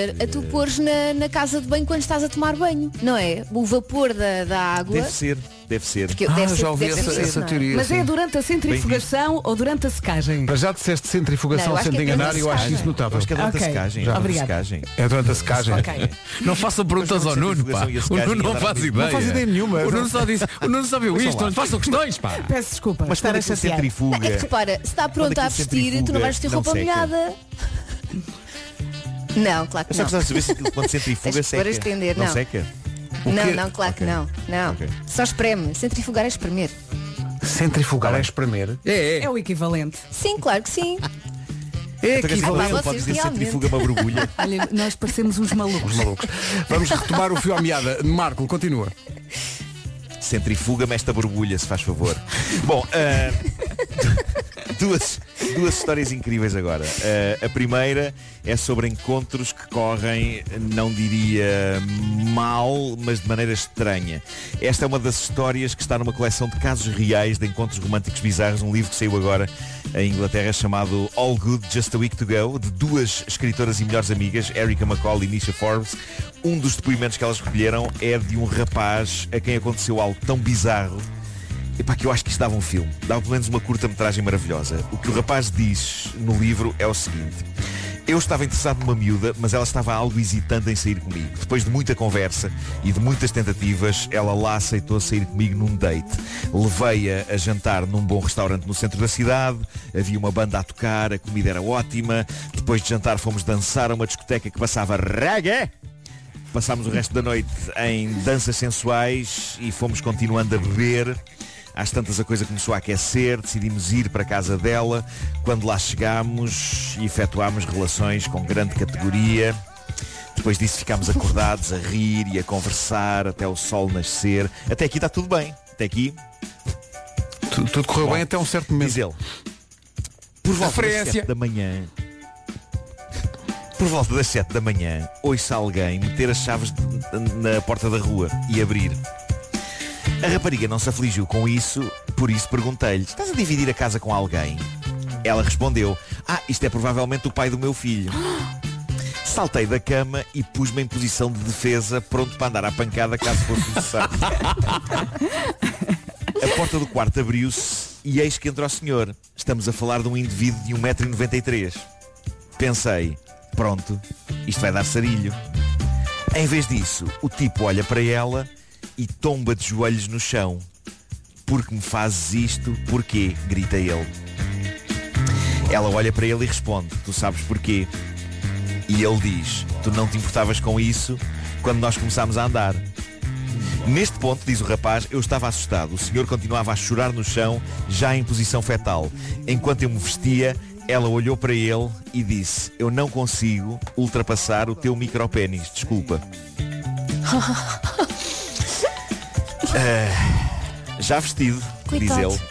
[SPEAKER 9] pedir.
[SPEAKER 6] equivaler a tu pores na, na casa de banho quando estás a tomar banho, não é? O vapor da, da água
[SPEAKER 9] Deve ser. Deve ser.
[SPEAKER 6] Porque
[SPEAKER 1] Ah,
[SPEAKER 6] deve ser- deve ser isso, não é?
[SPEAKER 5] Mas é durante a centrifugação ou durante a secagem?
[SPEAKER 1] Para já disseste centrifugação
[SPEAKER 5] Não, eu acho
[SPEAKER 1] sem
[SPEAKER 5] que
[SPEAKER 1] te
[SPEAKER 5] é durante
[SPEAKER 1] enganar
[SPEAKER 5] a
[SPEAKER 1] e eu acho
[SPEAKER 5] secagem.
[SPEAKER 1] isso notável.
[SPEAKER 5] Eu acho que é durante a Ok. secagem,
[SPEAKER 1] Já.
[SPEAKER 5] durante a Obrigada.
[SPEAKER 1] É durante a secagem.
[SPEAKER 5] Ok.
[SPEAKER 4] Não façam perguntas ao Nuno, pá. O Nuno não faz ideia.
[SPEAKER 1] Não faz ideia nenhuma.
[SPEAKER 4] O Nuno [LAUGHS] só disse, o Nuno só viu
[SPEAKER 1] Vejam
[SPEAKER 4] isto,
[SPEAKER 1] lá.
[SPEAKER 4] não lhe façam questões, pá.
[SPEAKER 5] Peço desculpa.
[SPEAKER 9] Mas estar a
[SPEAKER 6] Não, é que
[SPEAKER 9] centrifuga.
[SPEAKER 6] repara, se está
[SPEAKER 9] Quando
[SPEAKER 6] pronto
[SPEAKER 9] é que
[SPEAKER 6] a
[SPEAKER 9] isso
[SPEAKER 6] vestir, tu não vais vestir
[SPEAKER 9] centrifuga?
[SPEAKER 6] roupa
[SPEAKER 9] Não seca.
[SPEAKER 6] molhada. Não, claro
[SPEAKER 9] Eu
[SPEAKER 6] que
[SPEAKER 9] só
[SPEAKER 6] não.
[SPEAKER 9] gostava é de saber se aquilo quando centrifuga
[SPEAKER 6] Tens que pôr
[SPEAKER 9] seca.
[SPEAKER 6] a estender, não.
[SPEAKER 9] seca? O
[SPEAKER 6] Não,
[SPEAKER 9] quê?
[SPEAKER 6] não, claro que
[SPEAKER 9] Ok.
[SPEAKER 6] não. Não.
[SPEAKER 9] Ok.
[SPEAKER 6] Só espreme. Centrifugar é espremer.
[SPEAKER 1] Centrifugar é espremer.
[SPEAKER 4] É,
[SPEAKER 5] É o equivalente.
[SPEAKER 6] Sim, claro que sim.
[SPEAKER 1] É
[SPEAKER 9] Então, quer dizer,
[SPEAKER 6] Ah, pá,
[SPEAKER 9] não pode
[SPEAKER 6] vocês
[SPEAKER 9] dizer
[SPEAKER 6] realmente.
[SPEAKER 9] centrifuga uma borbulha.
[SPEAKER 5] Olha, nós parecemos uns malucos.
[SPEAKER 1] Os malucos. Vamos retomar o fio à meada. Marco, continua.
[SPEAKER 9] Centrifuga-me esta borbulha, se
[SPEAKER 6] [LAUGHS]
[SPEAKER 9] faz favor. Bom, ah, duas, duas histórias incríveis agora. Ah, a primeira é sobre encontros que correm, não diria mal, mas de maneira estranha. Esta é uma das histórias que está numa coleção de casos reais de encontros românticos bizarros, um livro que saiu agora em Inglaterra chamado All Good Just a Week to Go, de duas escritoras e melhores amigas, Erica McCall e Nisha Forbes. Um dos depoimentos que elas recolheram é de um rapaz a quem aconteceu algo tão bizarro Epá, que eu acho que isto dava um filme. Dava pelo menos uma curta-metragem maravilhosa. O que o rapaz diz no livro é o seguinte. Eu estava interessado numa miúda, mas ela estava algo hesitante em sair comigo. Depois de muita conversa e de muitas tentativas, ela lá aceitou sair comigo num date. Levei-a a jantar num bom restaurante no centro da cidade, havia uma banda a tocar, a comida era ótima. Depois de jantar fomos dançar a uma discoteca que passava reggae. Passámos o resto da noite em danças sensuais e fomos continuando a beber. Às tantas a coisa começou a aquecer, decidimos ir para a casa dela. Quando lá chegámos, efetuámos relações com grande categoria. Depois disso ficámos acordados a rir e a conversar até o sol nascer. Até aqui está tudo bem. Até aqui,
[SPEAKER 1] Tudo, tudo correu
[SPEAKER 9] Bom,
[SPEAKER 1] bem até um certo momento.
[SPEAKER 9] diz ele. Por volta das
[SPEAKER 4] Referência.
[SPEAKER 9] 7 da manhã. Por volta das 7 da manhã, ouço alguém meter as chaves de- na porta da rua e abrir. A rapariga não se afligiu com isso, por isso perguntei-lhe, estás a dividir a casa com alguém? Ela respondeu, ah, isto é provavelmente o pai do meu filho. Saltei da cama e pus-me em posição de defesa, pronto para andar à pancada caso fosse necessário. A porta do quarto abriu-se e eis que entra o senhor. Estamos a falar de um indivíduo de 1,93m. Pensei, pronto, isto vai dar sarilho. Em vez disso, o tipo olha para ela e tomba de joelhos no chão. Porque me fazes isto? Porquê? grita ele. Ela olha para ele e responde, tu sabes porquê. E ele diz, tu não te importavas com isso quando nós começámos a andar. Neste ponto, diz o rapaz, eu estava assustado. O senhor continuava a chorar no chão, já em posição fetal. Enquanto eu me vestia, ela olhou para ele e disse, eu não consigo ultrapassar o teu micropénis, desculpa. Ah, já vestido, diz
[SPEAKER 6] Coitado.
[SPEAKER 9] ele,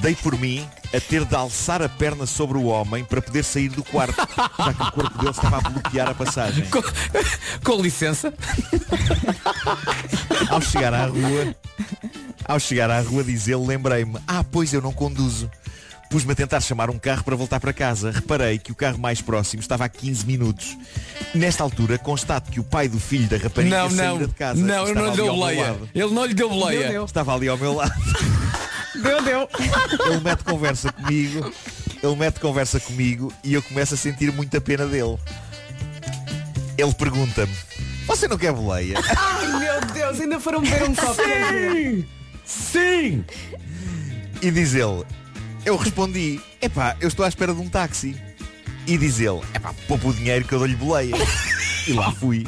[SPEAKER 9] dei por mim a ter de alçar a perna sobre o homem para poder sair do quarto, já que o corpo dele estava a bloquear a passagem.
[SPEAKER 4] Com,
[SPEAKER 1] [LAUGHS]
[SPEAKER 4] com licença.
[SPEAKER 9] Ao chegar à rua, ao chegar à rua, diz ele, lembrei-me, ah, pois eu não conduzo. Pus-me a tentar chamar um carro para voltar para casa. Reparei que o carro mais próximo estava a 15 minutos. Nesta altura, constato que o pai do filho da rapariga
[SPEAKER 4] Não,
[SPEAKER 9] saíra
[SPEAKER 4] não.
[SPEAKER 9] de casa.
[SPEAKER 4] Não, eu não
[SPEAKER 9] Estava
[SPEAKER 4] lhe
[SPEAKER 9] ali
[SPEAKER 4] deu
[SPEAKER 9] ao meu
[SPEAKER 4] boleia.
[SPEAKER 9] lado.
[SPEAKER 4] Ele não lhe deu boleia.
[SPEAKER 5] Deu,
[SPEAKER 9] Estava ali ao meu lado.
[SPEAKER 5] Deu, deu.
[SPEAKER 9] Ele mete conversa comigo. Ele mete conversa comigo e eu começo a sentir muita pena dele. Ele pergunta-me, você não quer boleia?
[SPEAKER 5] Ai meu Deus, ainda foram beber um [LAUGHS] copo.
[SPEAKER 4] Sim!
[SPEAKER 9] E diz ele, eu respondi, epá, eu estou à espera de um táxi. E diz ele, epá, poupa o dinheiro que eu
[SPEAKER 4] [LAUGHS]
[SPEAKER 9] dou-lhe boleia. E lá fui.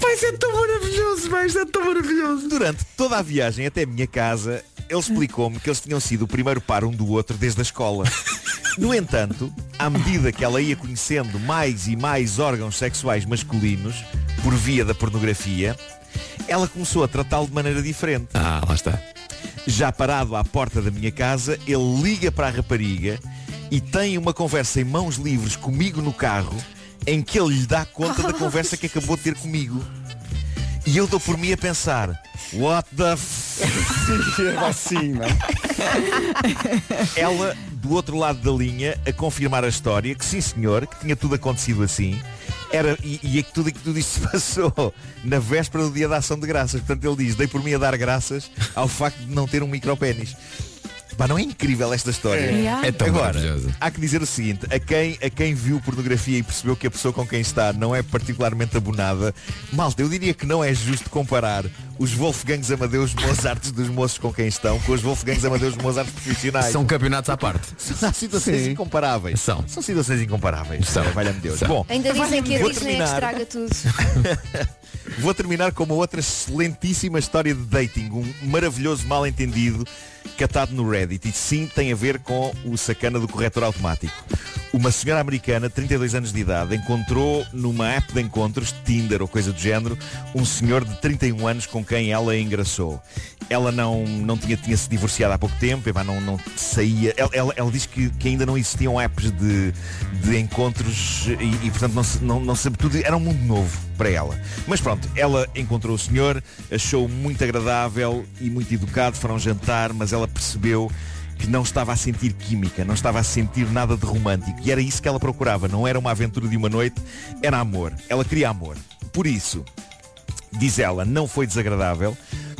[SPEAKER 4] Vai ser é tão maravilhoso, vai ser tão maravilhoso.
[SPEAKER 9] Durante toda a viagem até a minha casa, ele explicou-me que eles tinham sido o primeiro par um do outro desde a escola. No entanto, à medida que ela ia conhecendo mais e mais órgãos sexuais masculinos, por via da pornografia, ela começou a tratá-lo de maneira diferente.
[SPEAKER 4] Ah, lá está.
[SPEAKER 9] Já parado à porta da minha casa, ele liga para a rapariga e tem uma conversa em mãos livres comigo no carro, em que ele lhe dá conta da conversa que acabou de ter comigo. E eu dou por mim a pensar, what the f...
[SPEAKER 1] Assim, não [LAUGHS] é?
[SPEAKER 9] Ela, do outro lado da linha, a confirmar a história, que sim senhor, que tinha tudo acontecido assim, Era, e, e é que tudo, tudo isto se passou na véspera do dia da ação de graças. Portanto, ele diz, dei por mim a dar graças ao facto de não ter um micropénis. Pá, não é incrível esta história?
[SPEAKER 5] É. Yeah.
[SPEAKER 4] É tão
[SPEAKER 9] Agora,
[SPEAKER 4] maravilhosa.
[SPEAKER 9] há que dizer o seguinte, a quem, a quem viu pornografia e percebeu que a pessoa com quem está não é particularmente abonada, malta, eu diria que não é justo comparar os Wolfgangs Amadeus Mozarts dos moços com quem estão com os Wolfgangs Amadeus Mozarts profissionais.
[SPEAKER 4] São campeonatos à parte.
[SPEAKER 9] São situações
[SPEAKER 1] Sim.
[SPEAKER 9] incomparáveis.
[SPEAKER 4] São.
[SPEAKER 9] São situações incomparáveis.
[SPEAKER 4] São.
[SPEAKER 9] É, Valha-me Deus.
[SPEAKER 4] São.
[SPEAKER 9] Bom,
[SPEAKER 6] Ainda dizem que a
[SPEAKER 9] vou
[SPEAKER 6] Disney é que
[SPEAKER 9] terminar.
[SPEAKER 6] estraga tudo.
[SPEAKER 9] Vou terminar com uma outra excelentíssima história de dating, um maravilhoso mal-entendido catado no Reddit. E sim, tem a ver com o sacana do corretor automático. Uma senhora americana, 32 anos de idade, encontrou numa app de encontros, Tinder ou coisa do género, um senhor de 31 anos com quem ela engraçou. Ela não, não tinha, tinha se divorciado há pouco tempo, epá, não, não saía. Ela, ela- ela diz que, que ainda não existiam apps de, de encontros e, e, portanto não, se- não, não sabe tudo. Era um mundo novo para ela. Mas pronto, ela encontrou o senhor, achou muito agradável e muito educado, foram jantar, mas ela percebeu que não estava a sentir química, não estava a sentir nada de romântico. E era isso que ela procurava, não era uma aventura de uma noite, era amor. Ela queria amor. Por isso, diz ela, não foi desagradável,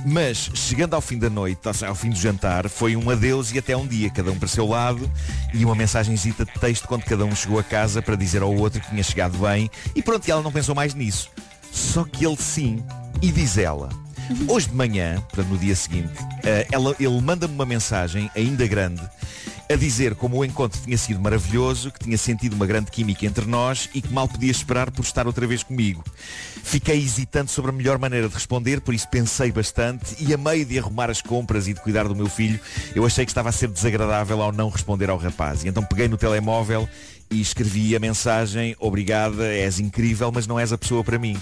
[SPEAKER 9] mas chegando ao fim da noite, ou seja, ao fim do jantar, foi um adeus e até um dia, cada um para o seu lado, e uma mensagenzita de texto quando cada um chegou a casa para dizer ao outro que tinha chegado bem, e pronto, e ela não pensou mais nisso. Só que ele sim, e diz ela, hoje de manhã, portanto no dia seguinte, eh, ela, ele manda-me uma mensagem, ainda grande, a dizer como o encontro tinha sido maravilhoso, que tinha sentido uma grande química entre nós e que mal podia esperar por estar outra vez comigo. Fiquei hesitante sobre a melhor maneira de responder, por isso pensei bastante e a meio de arrumar as compras e de cuidar do meu filho, eu achei que estava a ser desagradável ao não responder ao rapaz. E então peguei no telemóvel e escrevi a mensagem, obrigada, és incrível, mas não és a pessoa para mim.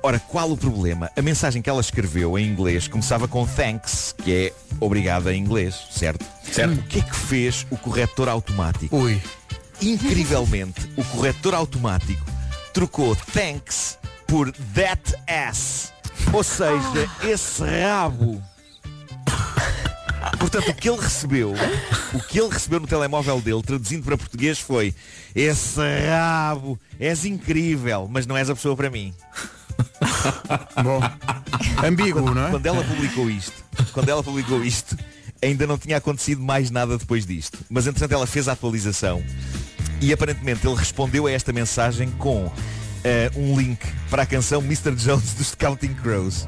[SPEAKER 9] Ora, qual o problema? A mensagem que ela escreveu em inglês começava com thanks, que é obrigada em inglês, certo? Certo. O que é que fez o corretor automático?
[SPEAKER 1] Ui.
[SPEAKER 9] Incrivelmente, o corretor automático trocou thanks por that ass. Ou seja, esse rabo. Portanto, o que ele recebeu, o que ele recebeu no telemóvel dele, traduzindo para português, foi esse rabo, és incrível, mas não és a pessoa para mim.
[SPEAKER 1] Bom. Ambíguo, não é?
[SPEAKER 9] Quando ela publicou isto, quando ela publicou isto, ainda não tinha acontecido mais nada depois disto. Mas entretanto ela fez a atualização e aparentemente ele respondeu a esta mensagem com eh, um link para a canção Mr. Jones dos Counting Crows.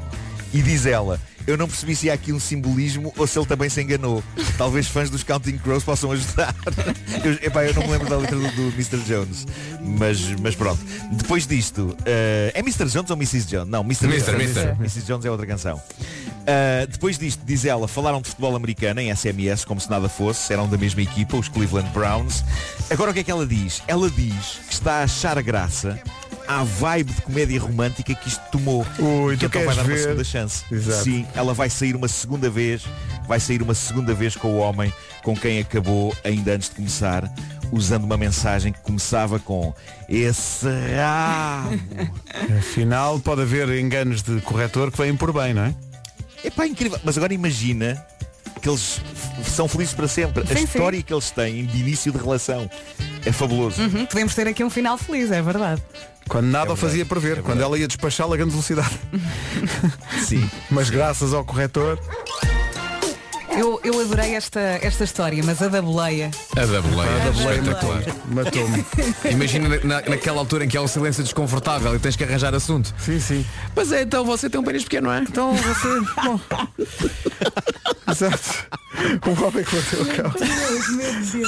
[SPEAKER 9] E diz ela, eu não percebi se há aqui um simbolismo ou se ele também se enganou. Talvez fãs dos Counting Crows possam ajudar. [LAUGHS] Eu, epá, eu não me lembro da letra do, do Mr. Jones. Mas, mas pronto. Depois disto, eh, é Mr. Jones ou Mrs. Jones? Não, Mr.
[SPEAKER 4] Mr., Mr..
[SPEAKER 9] Mrs. Jones é outra canção. Uh, depois disto, diz ela, falaram de futebol americano em SMS, como se nada fosse, eram da mesma equipa, os Cleveland Browns. Agora o que é que ela diz? Ela diz que está a achar graça à vibe de comédia romântica que isto tomou.
[SPEAKER 1] Ui,
[SPEAKER 9] que
[SPEAKER 1] tu
[SPEAKER 9] então vai
[SPEAKER 1] queres
[SPEAKER 9] dar uma
[SPEAKER 1] ver?
[SPEAKER 9] segunda chance.
[SPEAKER 1] Exato.
[SPEAKER 9] Sim, ela vai sair uma segunda vez, vai sair uma segunda vez com o homem com quem acabou ainda antes de começar, usando uma mensagem que começava com esse rabo.
[SPEAKER 1] Afinal, pode haver enganos de corretor que vêm por bem, não é?
[SPEAKER 9] É pá, incrível. Mas agora imagina que eles f- são felizes para sempre.
[SPEAKER 5] Sim,
[SPEAKER 9] a
[SPEAKER 5] sim.
[SPEAKER 9] história que eles têm de início de relação é fabuloso.
[SPEAKER 5] Uhum, podemos ter aqui um final feliz, é verdade.
[SPEAKER 1] Quando nada o
[SPEAKER 9] verdade,
[SPEAKER 1] fazia
[SPEAKER 9] é
[SPEAKER 1] prever,
[SPEAKER 9] verdade.
[SPEAKER 1] quando ela ia despachá-la a grande velocidade.
[SPEAKER 9] Sim.
[SPEAKER 1] Mas graças ao corretor.
[SPEAKER 5] Eu, eu adorei esta, esta história, mas a da boleia.
[SPEAKER 4] A da boleia. é
[SPEAKER 1] A da boleia
[SPEAKER 4] Espetacular.
[SPEAKER 1] Matou-me.
[SPEAKER 4] Imagina na- naquela altura em que há um silêncio desconfortável e tens que arranjar assunto.
[SPEAKER 1] Sim, sim.
[SPEAKER 4] Mas é, então você tem um pênis pequeno, não é?
[SPEAKER 1] Então você. Bom. Exato. O homem que bateu o carro.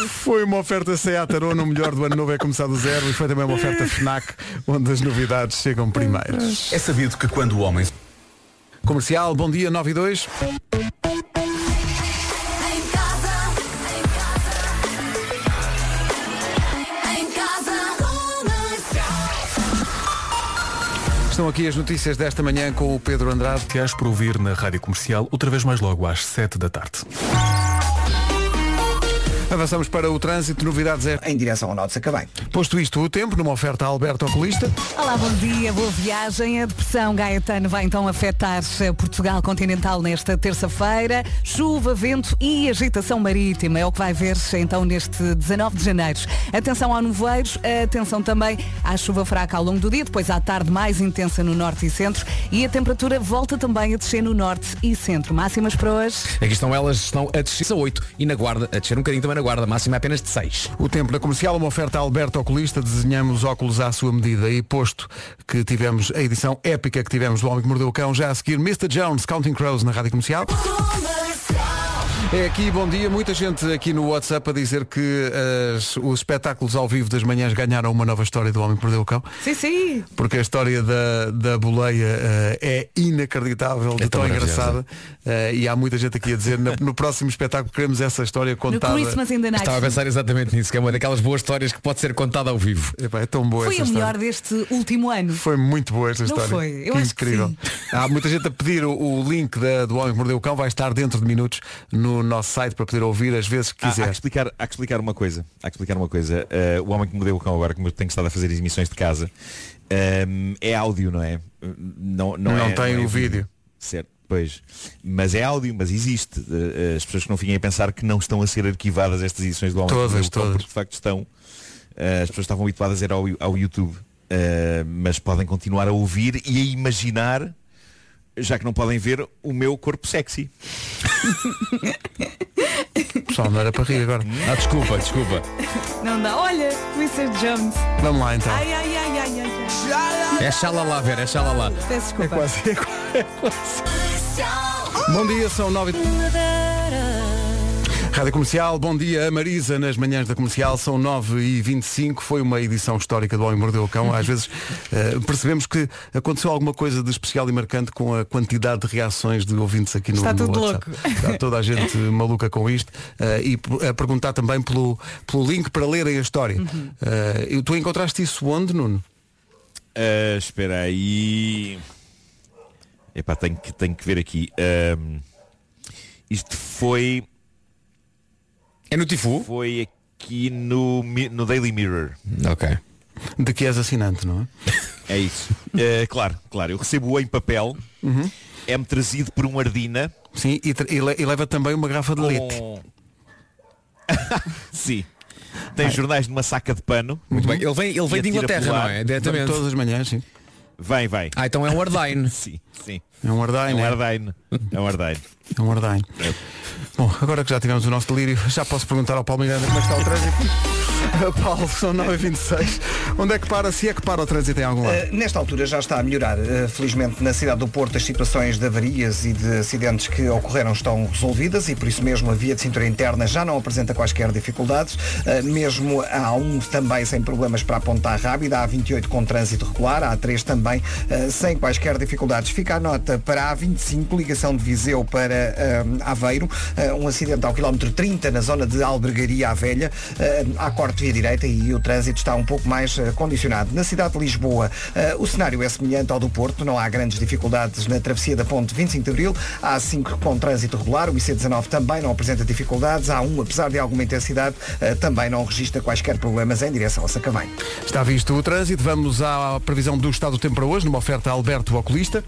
[SPEAKER 1] Foi uma oferta Seat Arona, o melhor do ano novo é começar do zero e foi também uma oferta FNAC, onde as novidades chegam primeiras.
[SPEAKER 3] É sabido que quando o homem
[SPEAKER 1] Comercial, bom dia 9 e 2.
[SPEAKER 10] Em casa, em casa, em casa, comercial.
[SPEAKER 1] Estão aqui as notícias desta manhã com o Pedro Andrade.
[SPEAKER 3] te para ouvir na Rádio Comercial, outra vez mais logo às 7 da tarde.
[SPEAKER 1] Avançamos para o trânsito, novidades é...
[SPEAKER 8] Em direção ao Norte de Sacavém.
[SPEAKER 1] Posto isto, o tempo, numa oferta a Alberto Oculista.
[SPEAKER 5] Olá, bom dia, boa viagem. A depressão Gaetano vai então afetar Portugal continental nesta terça-feira. Chuva, vento e agitação marítima é o que vai ver-se então neste 19 de janeiro. Atenção ao nevoeiros, atenção também à chuva fraca ao longo do dia, depois à tarde mais intensa no norte e centro e a temperatura volta também a descer no norte e centro. Máximas para hoje.
[SPEAKER 4] Aqui estão elas, estão a descer a 8 e na guarda, a descer um bocadinho também na guarda, máxima apenas de 6.
[SPEAKER 1] O tempo na comercial, uma oferta a Alberto Oculista, desenhamos óculos à sua medida e posto que tivemos a edição épica que tivemos do Homem que Mordeu o Cão, já a seguir Mr. Jones, Counting Crows na Rádio Comercial. É aqui, bom dia, muita gente aqui no WhatsApp a dizer que as- os espetáculos ao vivo das manhãs ganharam uma nova história do Homem que Mordeu o Cão.
[SPEAKER 5] Sim, sim.
[SPEAKER 1] Porque a história da, da boleia eh, é inacreditável, de
[SPEAKER 4] É tão
[SPEAKER 1] tão
[SPEAKER 4] maravilhosa.
[SPEAKER 1] engraçada. Eh, e há muita gente aqui a dizer, no, no próximo espetáculo queremos essa história
[SPEAKER 5] No
[SPEAKER 1] contada.
[SPEAKER 5] Christmas in the Night.
[SPEAKER 4] Estava a pensar exatamente nisso, que é uma daquelas boas histórias que pode ser contada ao vivo.
[SPEAKER 1] Epá, é tão boa
[SPEAKER 5] Foi
[SPEAKER 1] essa
[SPEAKER 5] a melhor
[SPEAKER 1] história.
[SPEAKER 5] deste último ano.
[SPEAKER 1] Foi muito boa esta
[SPEAKER 5] Não
[SPEAKER 1] história.
[SPEAKER 5] foi? Eu
[SPEAKER 1] Que
[SPEAKER 5] acho que
[SPEAKER 1] incrível.
[SPEAKER 5] sim.
[SPEAKER 1] [LAUGHS] Há muita gente a pedir o, o link da- do Homem que Mordeu o Cão, vai estar dentro de minutos no nosso site para poder ouvir as vezes que
[SPEAKER 9] Há, há,
[SPEAKER 1] quiser.
[SPEAKER 9] que explicar, há que explicar uma coisa. Há que explicar uma coisa. Eh, o homem que mordeu o cão agora, que tem estado a fazer emissões de casa, ehm, é áudio, não é? Não, não,
[SPEAKER 1] Não
[SPEAKER 9] é-
[SPEAKER 1] tem
[SPEAKER 9] não é
[SPEAKER 1] o vídeo.
[SPEAKER 9] Certo, pois. Mas é áudio, mas existe. Eh, eh, as pessoas que não fiquem a pensar que não estão a ser arquivadas estas edições do homem
[SPEAKER 1] Todas,
[SPEAKER 9] que mordeu o cão,
[SPEAKER 1] todas.
[SPEAKER 9] porque de facto estão. Eh, as pessoas estavam habituadas a ir ao, ao YouTube. Eh, mas podem continuar a ouvir e a imaginar, já que não podem ver, o meu corpo sexy.
[SPEAKER 1] Pessoal, não era para rir agora.
[SPEAKER 4] Ah, desculpa, desculpa.
[SPEAKER 5] Não dá. Olha, Mr. Jones.
[SPEAKER 1] Vamos lá então.
[SPEAKER 5] Ai, ai, ai, ai, ai. ai.
[SPEAKER 4] É xalala, Vera, é xalala.
[SPEAKER 5] Peço desculpa.
[SPEAKER 1] Bom dia, são nove. e- Rádio Comercial, bom dia a Marisa nas manhãs da comercial, são 9 e 25 foi uma edição histórica do Homem que Mordeu o Cão. Às
[SPEAKER 9] [LAUGHS]
[SPEAKER 1] vezes eh, percebemos que aconteceu alguma coisa de especial e marcante com a quantidade de reações de ouvintes aqui no,
[SPEAKER 5] Está
[SPEAKER 1] no
[SPEAKER 5] tudo
[SPEAKER 1] WhatsApp.
[SPEAKER 5] louco.
[SPEAKER 1] Está toda a
[SPEAKER 5] [LAUGHS]
[SPEAKER 1] gente maluca com isto eh, e p- a perguntar também pelo, pelo link para lerem a história.
[SPEAKER 5] Uhum.
[SPEAKER 1] Eh, e tu encontraste isso onde, Nuno?
[SPEAKER 9] Ah, espera aí. Epá, tenho que, tenho que ver aqui. Ahm, isto foi,
[SPEAKER 4] É no Tifu?
[SPEAKER 9] foi aqui no, Mi- no Daily Mirror.
[SPEAKER 4] Ok.
[SPEAKER 1] De que és assinante, não é?
[SPEAKER 9] É
[SPEAKER 1] [LAUGHS]
[SPEAKER 9] isso. Ah, claro, claro. Eu recebo-o em papel.
[SPEAKER 1] Uhum.
[SPEAKER 9] É-me trazido por um Ardina.
[SPEAKER 1] Sim, e, tra- e le- e leva também uma garrafa de um leite.
[SPEAKER 9] Com... [LAUGHS] Sim. Tem jornais numa saca de pano.
[SPEAKER 4] Muito bem. Ele vem, ele vem
[SPEAKER 9] E
[SPEAKER 4] de
[SPEAKER 9] atira
[SPEAKER 4] Inglaterra,
[SPEAKER 9] pelo ar.
[SPEAKER 4] não é? Diretamente.
[SPEAKER 1] Todas as manhãs, sim.
[SPEAKER 9] Vem, vem.
[SPEAKER 4] Ah, então é um
[SPEAKER 9] [LAUGHS]
[SPEAKER 4] Ardine.
[SPEAKER 9] Sim, sim.
[SPEAKER 1] É um
[SPEAKER 9] É
[SPEAKER 1] Ardain,
[SPEAKER 9] um
[SPEAKER 1] é?
[SPEAKER 9] Ardine. É um Ardine.
[SPEAKER 1] É um ordenho. Bom, agora que já tivemos o nosso delírio, já posso perguntar ao Paulo Miranda como é que está o trânsito. [LAUGHS] Paulo, são 9h26. Onde é que para, se é que para o trânsito em algum lado?
[SPEAKER 8] Uh, nesta altura já está a melhorar. Uh, felizmente, na cidade do Porto, as situações de avarias e de acidentes que ocorreram estão resolvidas e, por isso mesmo, a via de cintura interna já não apresenta quaisquer dificuldades. Uh, mesmo a A1 também sem problemas para a Ponta Rábida, a A28 com trânsito regular, a A3 também uh, sem quaisquer dificuldades. Fica a nota para a A25, ligação de Viseu para um, Aveiro, uh, um acidente ao quilómetro 30 na zona de Albergaria à Velha, uh, à corte via direita e o trânsito está um pouco mais uh, condicionado. Na cidade de Lisboa, uh, o cenário é semelhante ao do Porto, não há grandes dificuldades na travessia da ponte 25 de Abril, há 5 com trânsito regular, o IC19 também não apresenta dificuldades, há um, apesar de alguma intensidade, uh, também não registra quaisquer problemas em direção a Sacavém.
[SPEAKER 1] Está visto o trânsito, vamos à previsão do estado do tempo para hoje, numa oferta a Alberto Oculista.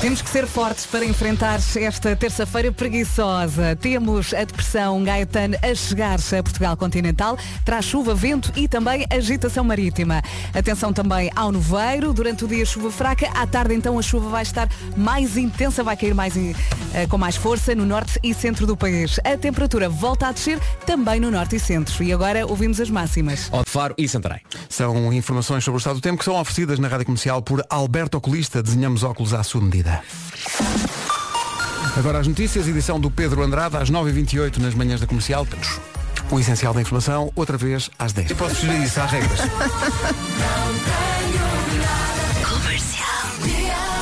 [SPEAKER 5] Temos que ser fortes para enfrentar esta terça-feira preguiçosa. Temos a depressão Gaetan a chegar-se a Portugal continental. Traz chuva, vento e também agitação marítima. Atenção também ao nevoeiro. Durante o dia chuva fraca. À tarde então a chuva vai estar mais intensa, vai cair mais, in- eh, com mais força no norte e centro do país. A temperatura volta a descer também no norte e centro. E agora ouvimos as máximas.
[SPEAKER 4] Ó de Faro e Santarém.
[SPEAKER 1] São informações sobre o estado do tempo que são oferecidas na Rádio Comercial por Alberto Oculista. Desenhamos óculos à sua medida. Agora as notícias, edição do Pedro Andrade, às 9h28 nas manhãs da Comercial. O essencial da informação, outra vez às 10. Eu posso sugerir isso, há regras.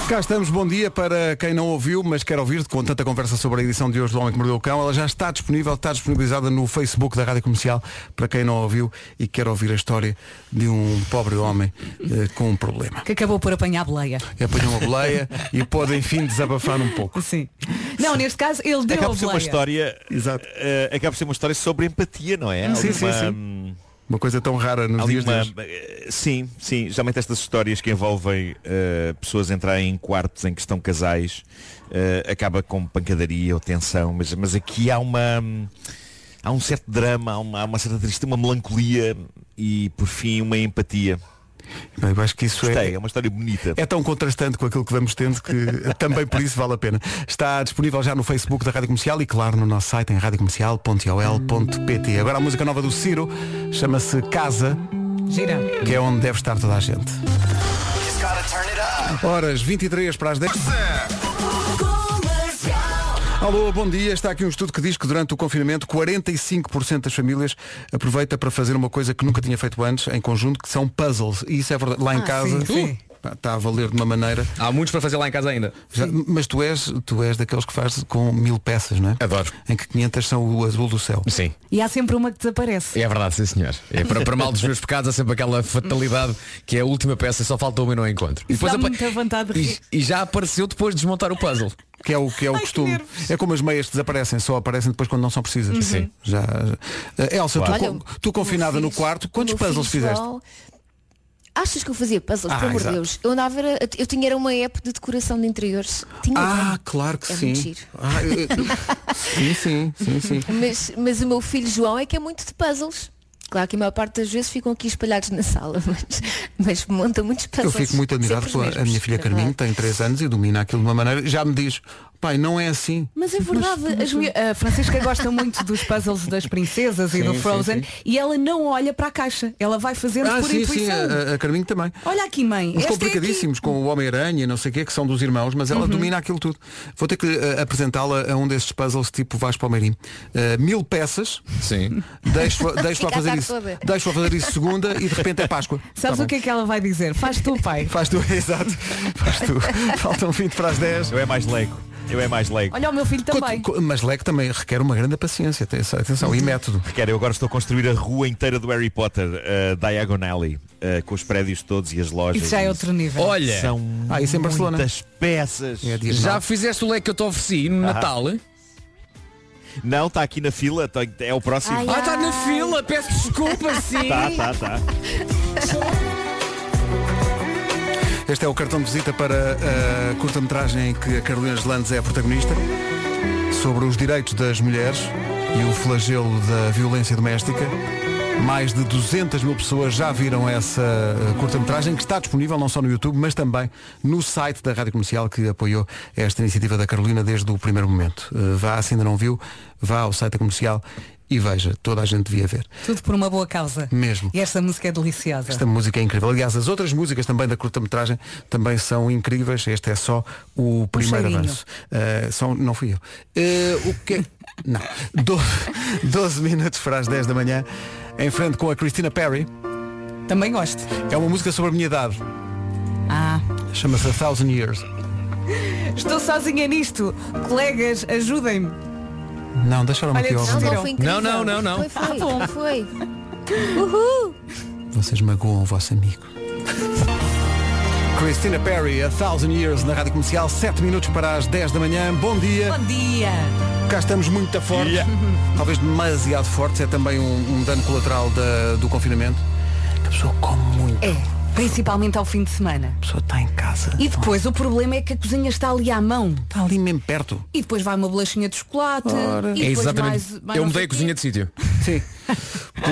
[SPEAKER 1] Cá estamos, bom dia para quem não ouviu, mas quer ouvir com tanta conversa sobre a edição de hoje do Homem que Mordeu o Cão. Ela já está disponível, está disponibilizada no Facebook da Rádio Comercial para quem não ouviu e quer ouvir a história de um pobre homem eh, com um problema.
[SPEAKER 5] é
[SPEAKER 9] [LAUGHS]
[SPEAKER 5] Que acabou por apanhar a boleia.
[SPEAKER 1] Apanhou uma boleia e pode, enfim, desabafar um pouco.
[SPEAKER 5] Sim. Não, neste caso ele
[SPEAKER 1] É
[SPEAKER 5] deu
[SPEAKER 9] acaba
[SPEAKER 5] a
[SPEAKER 9] por ser uma
[SPEAKER 5] boleia.
[SPEAKER 9] história. eh, acaba por ser uma história sobre empatia, não é?
[SPEAKER 1] Sim,
[SPEAKER 9] Alguma-
[SPEAKER 1] sim, sim. Uma coisa tão rara nos
[SPEAKER 9] Há
[SPEAKER 1] dias de
[SPEAKER 9] uma-
[SPEAKER 1] hoje.
[SPEAKER 9] eh, Sim, sim. Geralmente estas histórias que envolvem eh, pessoas entrarem em quartos em que estão casais eh, acaba com pancadaria ou tensão, mas, mas aqui há uma. Há um certo drama, há uma, há uma certa tristeza, uma melancolia e por fim uma empatia.
[SPEAKER 1] Bem, eu acho que isso
[SPEAKER 9] Gostei,
[SPEAKER 1] é,
[SPEAKER 9] é uma história bonita.
[SPEAKER 1] é tão contrastante com aquilo que vamos tendo que também por isso vale a pena. Está disponível já no Facebook da Rádio Comercial e claro no nosso site em radiocomercial.ol.pt. Agora a música nova do Ciro chama-se Casa,
[SPEAKER 5] Gira.
[SPEAKER 1] que é onde deve estar toda a gente. Horas 23 para as 10. Alô, bom dia. Está aqui um estudo que diz que durante o confinamento 45% das famílias aproveita para fazer uma coisa que nunca tinha feito antes em conjunto, que são puzzles. E isso é verdade. Lá em
[SPEAKER 5] Ah,
[SPEAKER 1] casa
[SPEAKER 5] sim, sim.
[SPEAKER 1] pá, está a valer de uma maneira.
[SPEAKER 4] Há muitos para fazer lá em casa ainda.
[SPEAKER 1] Já- mas tu és, tu és daqueles que faz com mil peças, não é?
[SPEAKER 4] Adoro.
[SPEAKER 1] Em que 500 são o azul do céu.
[SPEAKER 4] Sim.
[SPEAKER 5] E há sempre uma que desaparece.
[SPEAKER 4] É verdade, sim senhor. É para, para mal dos meus pecados há sempre aquela fatalidade que é a última peça, só falta uma e não a encontro. E,
[SPEAKER 5] Isso
[SPEAKER 1] é,
[SPEAKER 5] dá
[SPEAKER 4] apa-
[SPEAKER 5] muita vontade de
[SPEAKER 4] e-
[SPEAKER 5] rir.
[SPEAKER 4] e já apareceu depois de desmontar o puzzle.
[SPEAKER 1] Que é o que é o
[SPEAKER 5] Ai, que
[SPEAKER 1] costume.
[SPEAKER 5] nervos.
[SPEAKER 1] é como as meias que desaparecem, só aparecem depois quando não são precisas.
[SPEAKER 4] Sim.
[SPEAKER 1] Já. Eh, Elsa, tu,
[SPEAKER 6] Olha,
[SPEAKER 1] con- tu [LAUGHS] confinada
[SPEAKER 6] eu
[SPEAKER 1] no
[SPEAKER 6] fiz-
[SPEAKER 1] quarto, quantos
[SPEAKER 6] eu
[SPEAKER 1] puzzles
[SPEAKER 6] fiz
[SPEAKER 1] fizeste?
[SPEAKER 6] só- Achas que eu fazia puzzles,
[SPEAKER 1] Ah,
[SPEAKER 6] pelo amor de
[SPEAKER 1] exato.
[SPEAKER 6] Deus? Eu andava, era- eu tinha era uma app de decoração de interiores. Tinha
[SPEAKER 1] Ah,
[SPEAKER 6] era.
[SPEAKER 1] claro que
[SPEAKER 6] É
[SPEAKER 1] sim.
[SPEAKER 6] muito giro.
[SPEAKER 1] Ah, eu- eu- sim, sim, sim, sim.
[SPEAKER 6] mas, mas o meu filho João é que é muito de puzzles. Claro que a maior parte das vezes ficam aqui espalhados na sala, [LAUGHS] mas, mas monta muitos
[SPEAKER 1] Eu
[SPEAKER 6] puzzles.
[SPEAKER 1] fico muito admirado
[SPEAKER 6] sempre os
[SPEAKER 1] com a, a
[SPEAKER 6] mesmos,
[SPEAKER 1] minha filha
[SPEAKER 6] é
[SPEAKER 1] Carminho,
[SPEAKER 6] verdade.
[SPEAKER 1] tem 3 anos e domina aquilo de uma maneira. Já me diz, pai, não é assim.
[SPEAKER 5] Mas é verdade, as mi- a Francisca gosta muito dos puzzles das princesas e do Frozen e ela não olha para a caixa, ela vai fazendo
[SPEAKER 1] ah,
[SPEAKER 5] por
[SPEAKER 1] sim, sim,
[SPEAKER 5] intuição.
[SPEAKER 1] a, a- a Carminho também.
[SPEAKER 5] Olha aqui, mãe.
[SPEAKER 1] Uns
[SPEAKER 5] esta é Uhum.
[SPEAKER 1] complicadíssimos com o Homem-Aranha, não sei o quê, que são dos irmãos, mas ela domina aquilo tudo. Vou ter que eh, apresentá-la a um desses puzzles tipo Vasco Palmeirim. Eh, mil peças,
[SPEAKER 4] Sim.
[SPEAKER 5] [LAUGHS]
[SPEAKER 1] deixo-a deixo
[SPEAKER 6] Fica a
[SPEAKER 1] fazer
[SPEAKER 6] tarde
[SPEAKER 1] isso.
[SPEAKER 6] toda.
[SPEAKER 1] Deixo-a fazer isso segunda e de repente é Páscoa.
[SPEAKER 5] aqui. [LAUGHS] Sabes
[SPEAKER 1] Tá bom.
[SPEAKER 5] o que é que ela vai dizer? Faz tu, pai.
[SPEAKER 1] Faz tu, [LAUGHS] exato. Faz tu.
[SPEAKER 5] [LAUGHS]
[SPEAKER 1] Faltam 20 para as 10.
[SPEAKER 9] Eu é mais leigo. Eu é mais leigo.
[SPEAKER 5] Olha o meu filho também. Uhum.
[SPEAKER 1] Co- co- Mas leque também requer uma grande paciência, atenção, atenção, e método.
[SPEAKER 9] Quero, eu agora estou a construir a rua inteira do Harry Potter, uh, Diagon Alley, eh, com os prédios todos e as lojas.
[SPEAKER 5] Isso já é outro nível.
[SPEAKER 4] Olha,
[SPEAKER 9] São
[SPEAKER 1] Ah, isso em Barcelona.
[SPEAKER 9] muitas peças.
[SPEAKER 1] É dia
[SPEAKER 4] já
[SPEAKER 1] nove.
[SPEAKER 4] fizeste o leque que eu te ofereci no Natal?
[SPEAKER 9] Não, está aqui na fila, tá- é o próximo.
[SPEAKER 6] Ai,
[SPEAKER 4] Ah, está na fila, peço desculpa, sim.
[SPEAKER 9] Tá, tá, tá.
[SPEAKER 1] Este é o cartão de visita para a curta-metragem em que a Carolina Gelandes é a protagonista sobre os direitos das mulheres e o flagelo da violência doméstica. Mais de 200 mil pessoas já viram essa eh, curta-metragem que está disponível não só no YouTube, mas também no site da Rádio Comercial que apoiou esta iniciativa da Carolina desde o primeiro momento. Eh, Vá, se ainda não viu, vá ao site da Comercial e veja, toda a gente devia ver.
[SPEAKER 5] Tudo por uma boa causa.
[SPEAKER 1] Mesmo.
[SPEAKER 5] E esta música é deliciosa.
[SPEAKER 1] Esta música é incrível. Aliás, as outras músicas também da curta-metragem também são incríveis. Este é só o primeiro
[SPEAKER 5] Um cheirinho.
[SPEAKER 1] avanço. Ah, são, não fui eu. Ah, o que Não. Do... 12 minutos para as 10 da manhã, em frente com a Christina Perry.
[SPEAKER 5] Também gosto.
[SPEAKER 1] É uma música sobre a minha idade.
[SPEAKER 5] Ah.
[SPEAKER 1] Chama-se A Thousand Years.
[SPEAKER 5] Estou sozinha nisto. Colegas, ajudem-me.
[SPEAKER 1] Não, deixaram-me
[SPEAKER 5] Olha,
[SPEAKER 1] aqui ao
[SPEAKER 6] Não,
[SPEAKER 1] abandono.
[SPEAKER 6] não, foi incrível.
[SPEAKER 4] Não, não, não, não.
[SPEAKER 6] Foi,
[SPEAKER 1] Ah,
[SPEAKER 6] foi, foi.
[SPEAKER 1] Vocês magoam o vosso amigo. Christina Perry, A Thousand Years, na Rádio Comercial, 7 minutos para as 10 da manhã. Bom dia.
[SPEAKER 5] Bom dia.
[SPEAKER 1] Cá estamos muito fortes, [LAUGHS] talvez demasiado fortes, é também um, um dano colateral da- do confinamento. A pessoa come muito,
[SPEAKER 5] É, principalmente ao fim de semana.
[SPEAKER 1] a pessoa está em casa.
[SPEAKER 5] E depois o problema é que a cozinha está ali à mão.
[SPEAKER 1] Está ali mesmo perto.
[SPEAKER 5] E depois vai uma bolachinha de chocolate. E
[SPEAKER 4] É
[SPEAKER 5] depois
[SPEAKER 4] exatamente.
[SPEAKER 5] mais- mais
[SPEAKER 4] eu
[SPEAKER 5] não
[SPEAKER 4] mudei
[SPEAKER 5] sei
[SPEAKER 4] a cozinha
[SPEAKER 5] quê.
[SPEAKER 4] de sítio.
[SPEAKER 1] Sim.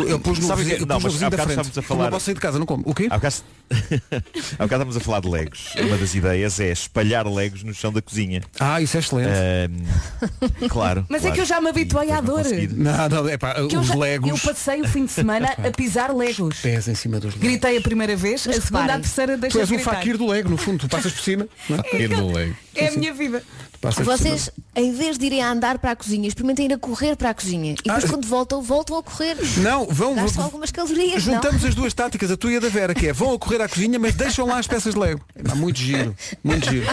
[SPEAKER 1] Eu pus no
[SPEAKER 9] Sabe o
[SPEAKER 1] vizinho,
[SPEAKER 9] quê?
[SPEAKER 1] eu
[SPEAKER 9] Não,
[SPEAKER 1] pus no
[SPEAKER 9] mas há
[SPEAKER 1] vizinho da
[SPEAKER 9] bocado
[SPEAKER 1] frente.
[SPEAKER 9] estávamos a
[SPEAKER 1] Eu Não
[SPEAKER 9] falar- Ah.
[SPEAKER 1] posso sair de casa, não como. O quê?
[SPEAKER 9] Há bocado... [LAUGHS] Há bocado estamos a falar de legos. Uma das ideias é espalhar legos no chão da cozinha.
[SPEAKER 1] Ah, isso é excelente.
[SPEAKER 9] Ahm, claro.
[SPEAKER 5] Mas é
[SPEAKER 9] claro.
[SPEAKER 5] que eu já me
[SPEAKER 9] E
[SPEAKER 5] habituei à
[SPEAKER 9] depois não
[SPEAKER 5] dor.
[SPEAKER 9] conseguir.
[SPEAKER 1] Não, não, é pá,
[SPEAKER 5] Que eu,
[SPEAKER 1] os
[SPEAKER 5] já- eu
[SPEAKER 1] legos.
[SPEAKER 5] passei o fim de semana a pisar legos.
[SPEAKER 1] Pés em cima dos legos.
[SPEAKER 5] Gritei a primeira vez,
[SPEAKER 6] Mas
[SPEAKER 5] a segunda, a
[SPEAKER 6] reparem,
[SPEAKER 5] terceira
[SPEAKER 1] Tu
[SPEAKER 5] deixa
[SPEAKER 1] és um
[SPEAKER 5] gritar.
[SPEAKER 1] faquir do lego, no fundo. Tu passas por cima.
[SPEAKER 5] [LAUGHS]
[SPEAKER 1] não é?
[SPEAKER 4] Ir do leque.
[SPEAKER 5] É a minha vida.
[SPEAKER 1] Tu passas por cima.
[SPEAKER 6] Vocês, em vez de irem a andar para a cozinha, experimentem ir a correr para a cozinha. E depois
[SPEAKER 1] Ah.
[SPEAKER 6] quando voltam, voltam a correr.
[SPEAKER 1] Não, vão.
[SPEAKER 6] Gastam algumas calorias,
[SPEAKER 1] Juntamos as duas táticas, a tua e a da Vera, que é vão a correr à cozinha, mas deixam lá as peças de Lego. Pá, muito giro, muito giro.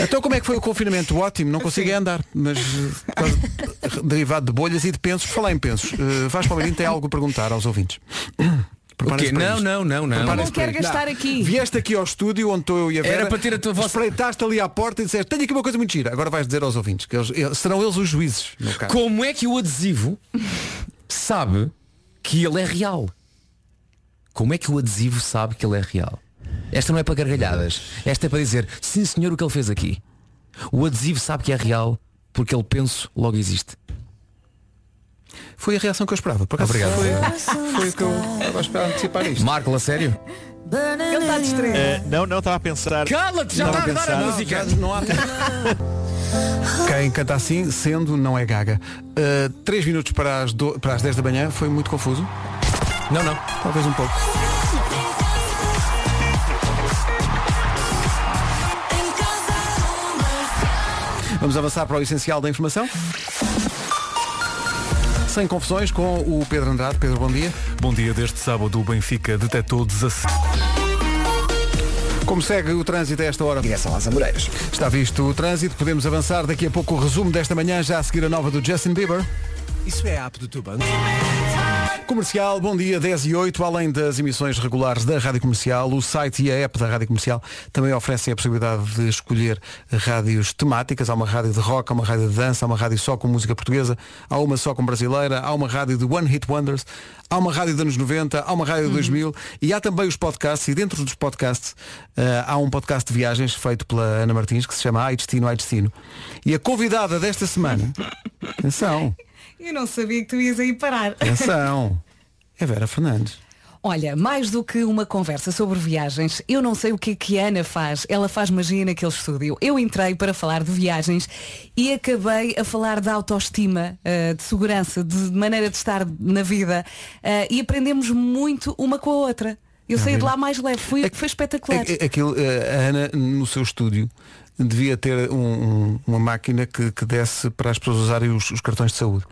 [SPEAKER 1] Então como é que foi o confinamento? Ótimo, não consigo é andar, mas eh, por causa Eh, de- derivado de bolhas e de pensos, falar em pensos. Uh, Vasco Palmeirinho tem algo a perguntar aos ouvintes. Prepara-se para
[SPEAKER 4] Não,
[SPEAKER 1] isto.
[SPEAKER 4] não, não, não.
[SPEAKER 1] Prepara-se
[SPEAKER 5] Não quero
[SPEAKER 1] para isto.
[SPEAKER 5] gastar aqui.
[SPEAKER 1] Vieste aqui ao estúdio onde estou eu e a Vera.
[SPEAKER 4] Era para ter a tua voz-
[SPEAKER 1] Espreitaste ali à porta e disseste, tenho aqui uma coisa muito gira. Agora vais dizer aos ouvintes que eles- eles- serão eles os juízes. No caso.
[SPEAKER 4] Como é que o adesivo sabe que ele é real? Como é que o adesivo sabe que ele é real? Esta não é para gargalhadas. Esta é para dizer, sim senhor, o que ele fez aqui. O adesivo sabe que é real porque ele penso logo existe.
[SPEAKER 1] Foi a reação que eu esperava. Por acaso
[SPEAKER 4] Obrigado.
[SPEAKER 1] Foi, foi o que eu estava a esperar antecipar isto.
[SPEAKER 4] Marco, a sério?
[SPEAKER 5] Ele está distraído.
[SPEAKER 9] Eh, não, não, estava a pensar.
[SPEAKER 4] Cala-te, já
[SPEAKER 9] Estava
[SPEAKER 4] está a dar a
[SPEAKER 9] pensar.
[SPEAKER 4] música.
[SPEAKER 1] Não há tempo. Quem canta assim, sendo, não é gaga. 3 minutos para as, do... para as 10 da manhã, foi muito confuso.
[SPEAKER 4] Não, não.
[SPEAKER 1] Talvez um pouco. Vamos avançar para o essencial da informação. Sem confusões com o Pedro Andrade. Pedro, bom dia.
[SPEAKER 3] Bom dia, deste sábado o Benfica detectou 17.
[SPEAKER 1] Como segue o trânsito a esta hora?
[SPEAKER 8] Direção às Amoreiras.
[SPEAKER 1] Está visto o trânsito, podemos avançar. Daqui a pouco o resumo desta manhã, já a seguir a nova do Justin Bieber.
[SPEAKER 3] Isso é a app do teu banco.
[SPEAKER 1] Comercial, bom dia, 10 e 8. Além das emissões regulares da Rádio Comercial, o site e a app da Rádio Comercial também oferecem a possibilidade de escolher rádios temáticas. Há uma rádio de rock, há uma rádio de dança, há uma rádio só com música portuguesa, há uma só com brasileira, há uma rádio de One Hit Wonders, há uma rádio de anos 90, há uma rádio de 2000 e há também os podcasts. E dentro dos podcasts eh, há um podcast de viagens feito pela Ana Martins que se chama Ai Destino, Ai Destino. E a convidada desta semana, atenção,
[SPEAKER 5] Eu não sabia que tu ias aí parar.
[SPEAKER 1] atenção, é Vera Fernandes.
[SPEAKER 5] Olha, mais do que uma conversa sobre viagens, eu não sei o que é que a Ana faz. Ela faz magia naquele estúdio. Eu entrei para falar de viagens e acabei a falar de autoestima, eh, de segurança, de maneira de estar na vida eh, e aprendemos muito uma com a outra.
[SPEAKER 1] Tá
[SPEAKER 5] Eu saí de lá mais leve,
[SPEAKER 1] É
[SPEAKER 5] É foi, foi espetacular.
[SPEAKER 1] A- a- Aquilo, eh, a Ana, no seu estúdio, devia ter um- um- uma máquina que, que desse para as pessoas usarem os, os cartões de saúde.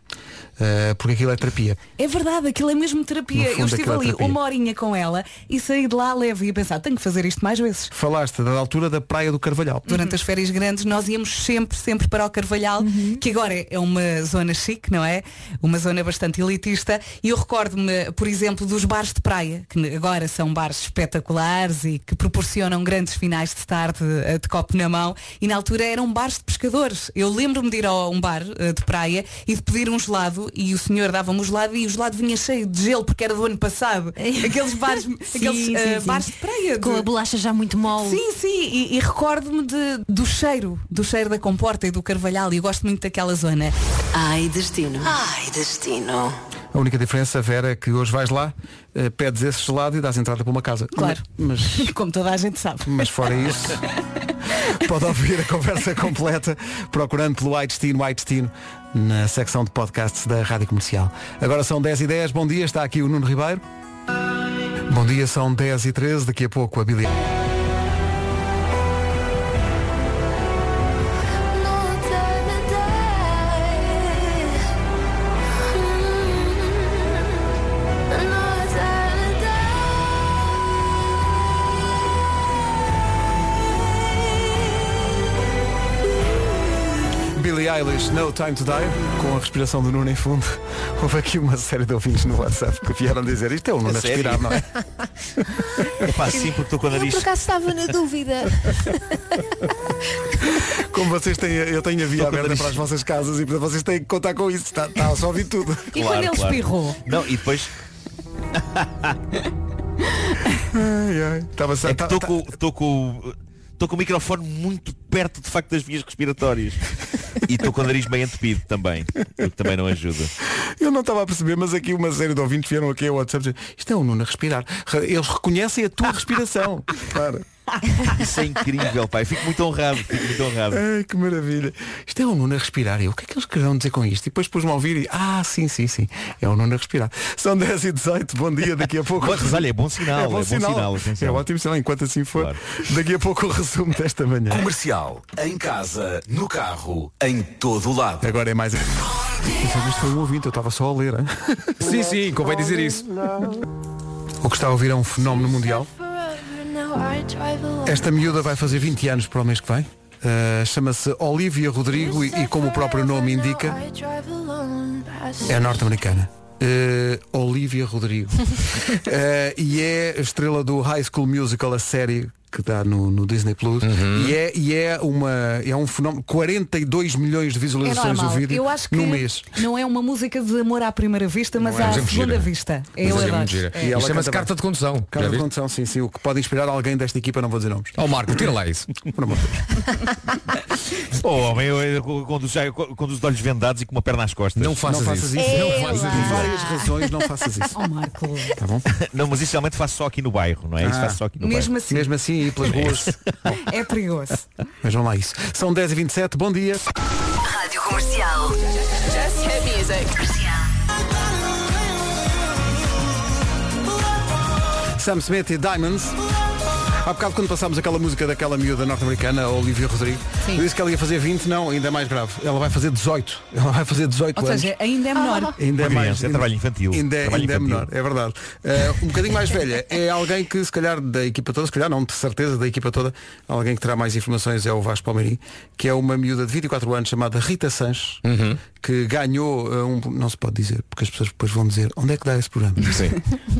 [SPEAKER 1] Eh, porque aquilo é terapia.
[SPEAKER 5] É verdade, aquilo é mesmo
[SPEAKER 1] No
[SPEAKER 5] terapia.
[SPEAKER 1] fundo,
[SPEAKER 5] Eu estive
[SPEAKER 1] aquilo é
[SPEAKER 5] ali
[SPEAKER 1] terapia.
[SPEAKER 5] uma horinha com ela e saí de lá leve e a pensar, tenho que fazer isto mais vezes.
[SPEAKER 1] Falaste da altura da Praia do Carvalhal.
[SPEAKER 6] Uhum.
[SPEAKER 5] Durante as férias grandes nós íamos sempre, sempre para o Carvalhal,
[SPEAKER 6] Uhum.
[SPEAKER 5] que agora é uma zona chique, não é? Uma zona bastante elitista. E eu recordo-me, por exemplo, dos bares de praia, que agora são bares espetaculares e que proporcionam grandes finais de tarde eh, de copo na mão. E na altura eram bares de pescadores. Eu lembro-me de ir a um bar eh, de praia e de pedir um gelado e o senhor dava-me um gelado e o gelado vinha cheio de gelo porque era do ano passado. Aqueles bares, aqueles,
[SPEAKER 6] [LAUGHS] sim,
[SPEAKER 5] eh,
[SPEAKER 6] sim.
[SPEAKER 5] bares de praia.
[SPEAKER 6] Com
[SPEAKER 5] de-
[SPEAKER 6] a bolacha já muito mole.
[SPEAKER 5] Sim, sim, e, e recordo-me de- do cheiro, do cheiro da comporta e do carvalhal e eu gosto muito daquela zona. [LAUGHS]
[SPEAKER 10] Ai, destino. Ai, destino.
[SPEAKER 1] A única diferença, Vera, é que hoje vais lá, eh, pedes esse gelado e dás entrada para uma casa.
[SPEAKER 5] Claro.
[SPEAKER 1] Mas, mas-
[SPEAKER 5] Como toda a gente sabe.
[SPEAKER 1] mas fora isso. Pode ouvir a conversa completa procurando pelo White Destino, White Destino na secção de podcasts da Rádio Comercial. Agora são 10 e 10 bom dia, está aqui o Nuno Ribeiro. Bom dia, são 10 e 13 daqui a pouco a Billy. Billie Eilish, No Time to Die, com a respiração do Nuno em fundo. Houve aqui uma série de ouvintes no WhatsApp que vieram dizer isto é o Nuno a
[SPEAKER 9] É sério?
[SPEAKER 1] respirar, não
[SPEAKER 9] [LAUGHS]
[SPEAKER 1] é?
[SPEAKER 9] Epá, sim, porque estou com o
[SPEAKER 6] Eu
[SPEAKER 9] nariz.
[SPEAKER 6] por acaso estava
[SPEAKER 1] [LAUGHS]
[SPEAKER 6] na dúvida.
[SPEAKER 1] Como vocês têm, eu tenho a via
[SPEAKER 9] Estou com
[SPEAKER 1] aberta
[SPEAKER 9] nariz.
[SPEAKER 1] para as vossas casas e portanto vocês têm que contar com isso. Está, está a só ouvir tudo.
[SPEAKER 5] E quando ele espirrou?
[SPEAKER 9] Não, e depois
[SPEAKER 1] Ai, ai. Estava só-
[SPEAKER 9] é que
[SPEAKER 1] tá-
[SPEAKER 9] estou
[SPEAKER 1] tá-
[SPEAKER 9] com, estou com, o- estou com o microfone muito perto de facto das vias respiratórias. E estou com o nariz meio entupido também. O que também não ajuda.
[SPEAKER 1] Eu não estava a perceber, mas aqui uma série de ouvintes vieram aqui ao WhatsApp dizer, isto é o Nuno a respirar. Re- Eles reconhecem a tua [LAUGHS] respiração. Para.
[SPEAKER 9] Isso é incrível, pai. Fico muito honrado. Fico muito honrado.
[SPEAKER 1] Ai, que maravilha. Isto é o Nuno a respirar. E eu, o que é que eles querão dizer com isto? E depois pus-me a ouvir e, ah, sim, sim, sim. É o Nuno a respirar. São 10 e 18, bom dia, daqui a pouco.
[SPEAKER 9] Mas olha, é bom sinal. É bom
[SPEAKER 1] [LAUGHS]
[SPEAKER 9] sinal.
[SPEAKER 1] É
[SPEAKER 9] atenção.
[SPEAKER 1] ótimo sinal, enquanto assim for.
[SPEAKER 9] Claro.
[SPEAKER 1] Daqui a pouco o resumo desta manhã.
[SPEAKER 11] Comercial, em casa, no carro, em todo o lado.
[SPEAKER 1] Agora é mais. Isto foi um ouvinte, eu estava só a ler. hein?
[SPEAKER 4] Sim, sim, convém dizer isso.
[SPEAKER 1] O que está a ouvir é um fenómeno
[SPEAKER 6] [LAUGHS]
[SPEAKER 1] mundial. Esta miúda vai fazer 20 anos para o mês que vem. Uh, Chama-se Olivia Rodrigo e, e como o próprio nome indica, é norte-americana. eh, Olivia
[SPEAKER 4] [LAUGHS]
[SPEAKER 1] Rodrigo. Eh, e é a estrela do High School Musical, a série que dá no, no Disney Plus.
[SPEAKER 4] Uhum.
[SPEAKER 1] E, é, e é, uma, é um fenómeno. 42 milhões de
[SPEAKER 5] É
[SPEAKER 1] visualizações do
[SPEAKER 5] normal.
[SPEAKER 1] vídeo
[SPEAKER 5] Eu acho que
[SPEAKER 1] no mês.
[SPEAKER 5] não é uma música de amor à primeira vista, mas
[SPEAKER 1] Não é.
[SPEAKER 5] à
[SPEAKER 1] Mas é muito
[SPEAKER 5] segunda
[SPEAKER 1] gira.
[SPEAKER 5] vista.
[SPEAKER 1] Mas
[SPEAKER 5] Eu
[SPEAKER 1] é
[SPEAKER 5] adoro.
[SPEAKER 1] muito gira.
[SPEAKER 5] É.
[SPEAKER 1] E ela canta
[SPEAKER 4] Chama-se carta
[SPEAKER 1] bem.
[SPEAKER 4] de condução.
[SPEAKER 1] Carta
[SPEAKER 4] Já
[SPEAKER 1] de
[SPEAKER 4] viste?
[SPEAKER 1] condução, sim, sim. O que pode inspirar alguém desta equipa, não vou dizer nomes.
[SPEAKER 4] Ó Marco, tira lá isso.
[SPEAKER 1] Por amor de Deus.
[SPEAKER 9] O homem eu, eu conduz, já- eu conduz de olhos vendados e com uma perna às costas.
[SPEAKER 4] Não faças Não faças isso. isso. Não faças isso.
[SPEAKER 1] Por várias razões, não faças isso.
[SPEAKER 5] Oh, Marco.
[SPEAKER 1] Tá bom?
[SPEAKER 9] Não, mas isso realmente faz só aqui no bairro, não é? Isso
[SPEAKER 1] Ah.
[SPEAKER 9] faz só aqui no
[SPEAKER 5] Mesmo
[SPEAKER 9] bairro.
[SPEAKER 5] assim.
[SPEAKER 1] Mesmo assim, e pelas ruas.
[SPEAKER 5] É perigoso.
[SPEAKER 1] Vejam lá isso. São 10h27, bom dia.
[SPEAKER 10] Rádio Comercial. Just hit music.
[SPEAKER 1] Sam Smith e Diamonds. Há bocado quando passámos aquela música daquela miúda norte-americana, a Olivia Rodrigo,
[SPEAKER 5] Sim.
[SPEAKER 1] eu disse que ela ia fazer 20, não, ainda é mais grave. Ela vai fazer 18. Ela vai fazer 18
[SPEAKER 5] Ou
[SPEAKER 1] anos.
[SPEAKER 5] seja, ainda é menor.
[SPEAKER 1] Ainda
[SPEAKER 9] Uma
[SPEAKER 1] é mais,
[SPEAKER 9] criança, é
[SPEAKER 1] ainda-
[SPEAKER 9] trabalho infantil.
[SPEAKER 1] Ainda, é-
[SPEAKER 9] Trabalho
[SPEAKER 1] ainda é
[SPEAKER 9] infantil.
[SPEAKER 1] menor, é verdade. Eh, um bocadinho mais velha. É alguém que, se calhar, da equipa toda, se calhar não, de certeza, da equipa toda, alguém que terá mais informações é o Vasco Palmeirim, que é uma miúda de 24 anos chamada Rita Sanches,
[SPEAKER 9] Uhum.
[SPEAKER 1] que ganhou eh, um. Não se pode dizer, porque as pessoas depois vão dizer onde é que dá esse programa.
[SPEAKER 4] Sim.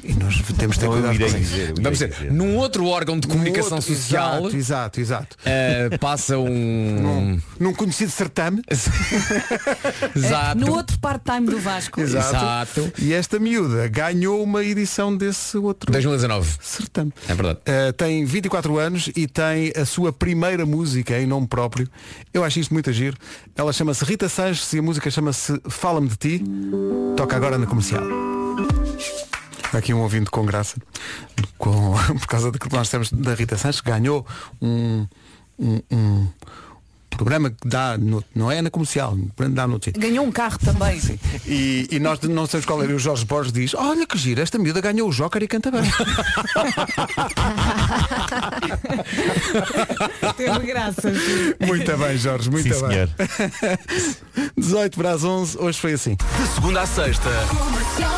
[SPEAKER 1] E nós temos de ter
[SPEAKER 9] Então eu
[SPEAKER 1] cuidado
[SPEAKER 9] irei
[SPEAKER 1] com isso.
[SPEAKER 9] dizer, eu
[SPEAKER 4] Vamos
[SPEAKER 9] irei
[SPEAKER 4] dizer,
[SPEAKER 9] dizer.
[SPEAKER 4] num outro órgão de comunicação
[SPEAKER 1] Um outro-
[SPEAKER 4] social
[SPEAKER 1] Exato, exato, exato.
[SPEAKER 4] eh, passa
[SPEAKER 9] Hum.
[SPEAKER 4] um.
[SPEAKER 1] Num, num conhecido
[SPEAKER 9] [LAUGHS]
[SPEAKER 1] certame. Ah,
[SPEAKER 4] Exato.
[SPEAKER 5] É, No outro part-time do Vasco.
[SPEAKER 4] Exato.
[SPEAKER 1] E esta miúda ganhou uma edição desse outro
[SPEAKER 4] 2019.
[SPEAKER 1] certame.
[SPEAKER 4] É verdade.
[SPEAKER 1] Uh, tem 24 anos e tem a sua primeira música em nome próprio. Eu acho isto muito agir. Ela chama-se Rita Sanches e a música chama-se Fala-me de Ti. Toca agora na comercial. Há Aqui um ouvinte com graça. Com, [LAUGHS] por causa de que nós temos da Rita Sanches, que ganhou um, um, um programa que dá, no- não é na comercial, um programa que dá no outro sítio.
[SPEAKER 5] Ganhou um carro também.
[SPEAKER 1] E, e nós não sabemos qual era. E o Jorge Borges diz, olha que giro, esta miúda ganhou o Joker e
[SPEAKER 9] [LAUGHS]
[SPEAKER 1] canta bem.
[SPEAKER 5] Teve
[SPEAKER 1] [LAUGHS]
[SPEAKER 5] graças.
[SPEAKER 1] Muito bem, Jorge, muito
[SPEAKER 9] Sim,
[SPEAKER 1] bem.
[SPEAKER 9] senhor.
[SPEAKER 1] 18 para as 11, hoje foi assim.
[SPEAKER 11] De segunda à sexta,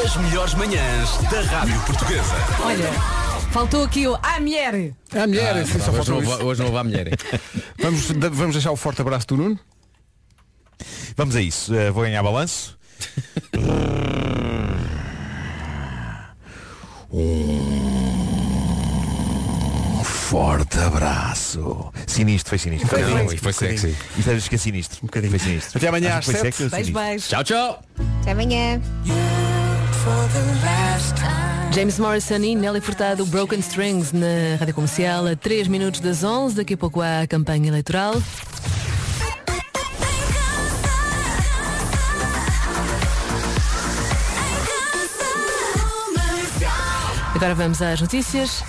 [SPEAKER 11] as melhores manhãs da Rádio Portuguesa.
[SPEAKER 5] Olha, faltou aqui o A mulher.
[SPEAKER 1] A mulher,
[SPEAKER 4] Ah,
[SPEAKER 1] sim, só
[SPEAKER 4] hoje,
[SPEAKER 1] faltou
[SPEAKER 4] não,
[SPEAKER 1] isso.
[SPEAKER 4] vou- hoje não vá a mulher. hein?
[SPEAKER 1] Vamos, da- vamos deixar o forte abraço do Nuno.
[SPEAKER 9] Vamos a isso. Eh, vou ganhar balanço. um forte abraço. Sinistro, foi sinistro.
[SPEAKER 4] Não,
[SPEAKER 9] Não,
[SPEAKER 4] foi sexy.
[SPEAKER 9] E sabes que é sinistro. Um bocadinho. Foi sinistro.
[SPEAKER 1] Até amanhã
[SPEAKER 9] Acho que
[SPEAKER 1] às
[SPEAKER 9] foi
[SPEAKER 1] sete.
[SPEAKER 9] sexy ou
[SPEAKER 5] Beijo,
[SPEAKER 9] sinistro?
[SPEAKER 5] beijo.
[SPEAKER 4] Tchau, tchau.
[SPEAKER 6] Até amanhã.
[SPEAKER 12] James Morrison e Nelly Furtado, Broken Strings, na Rádio Comercial, a 3 minutos das 11. Daqui a pouco há a campanha eleitoral. Agora vamos às notícias.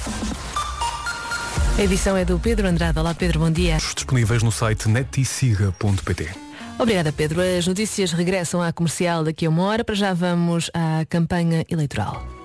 [SPEAKER 12] A edição é do Pedro Andrade. Olá, Pedro, bom dia.
[SPEAKER 3] Disponíveis no site neticiga.pt.
[SPEAKER 12] Obrigada, Pedro. As notícias regressam à comercial daqui a uma hora. Para já vamos à campanha eleitoral.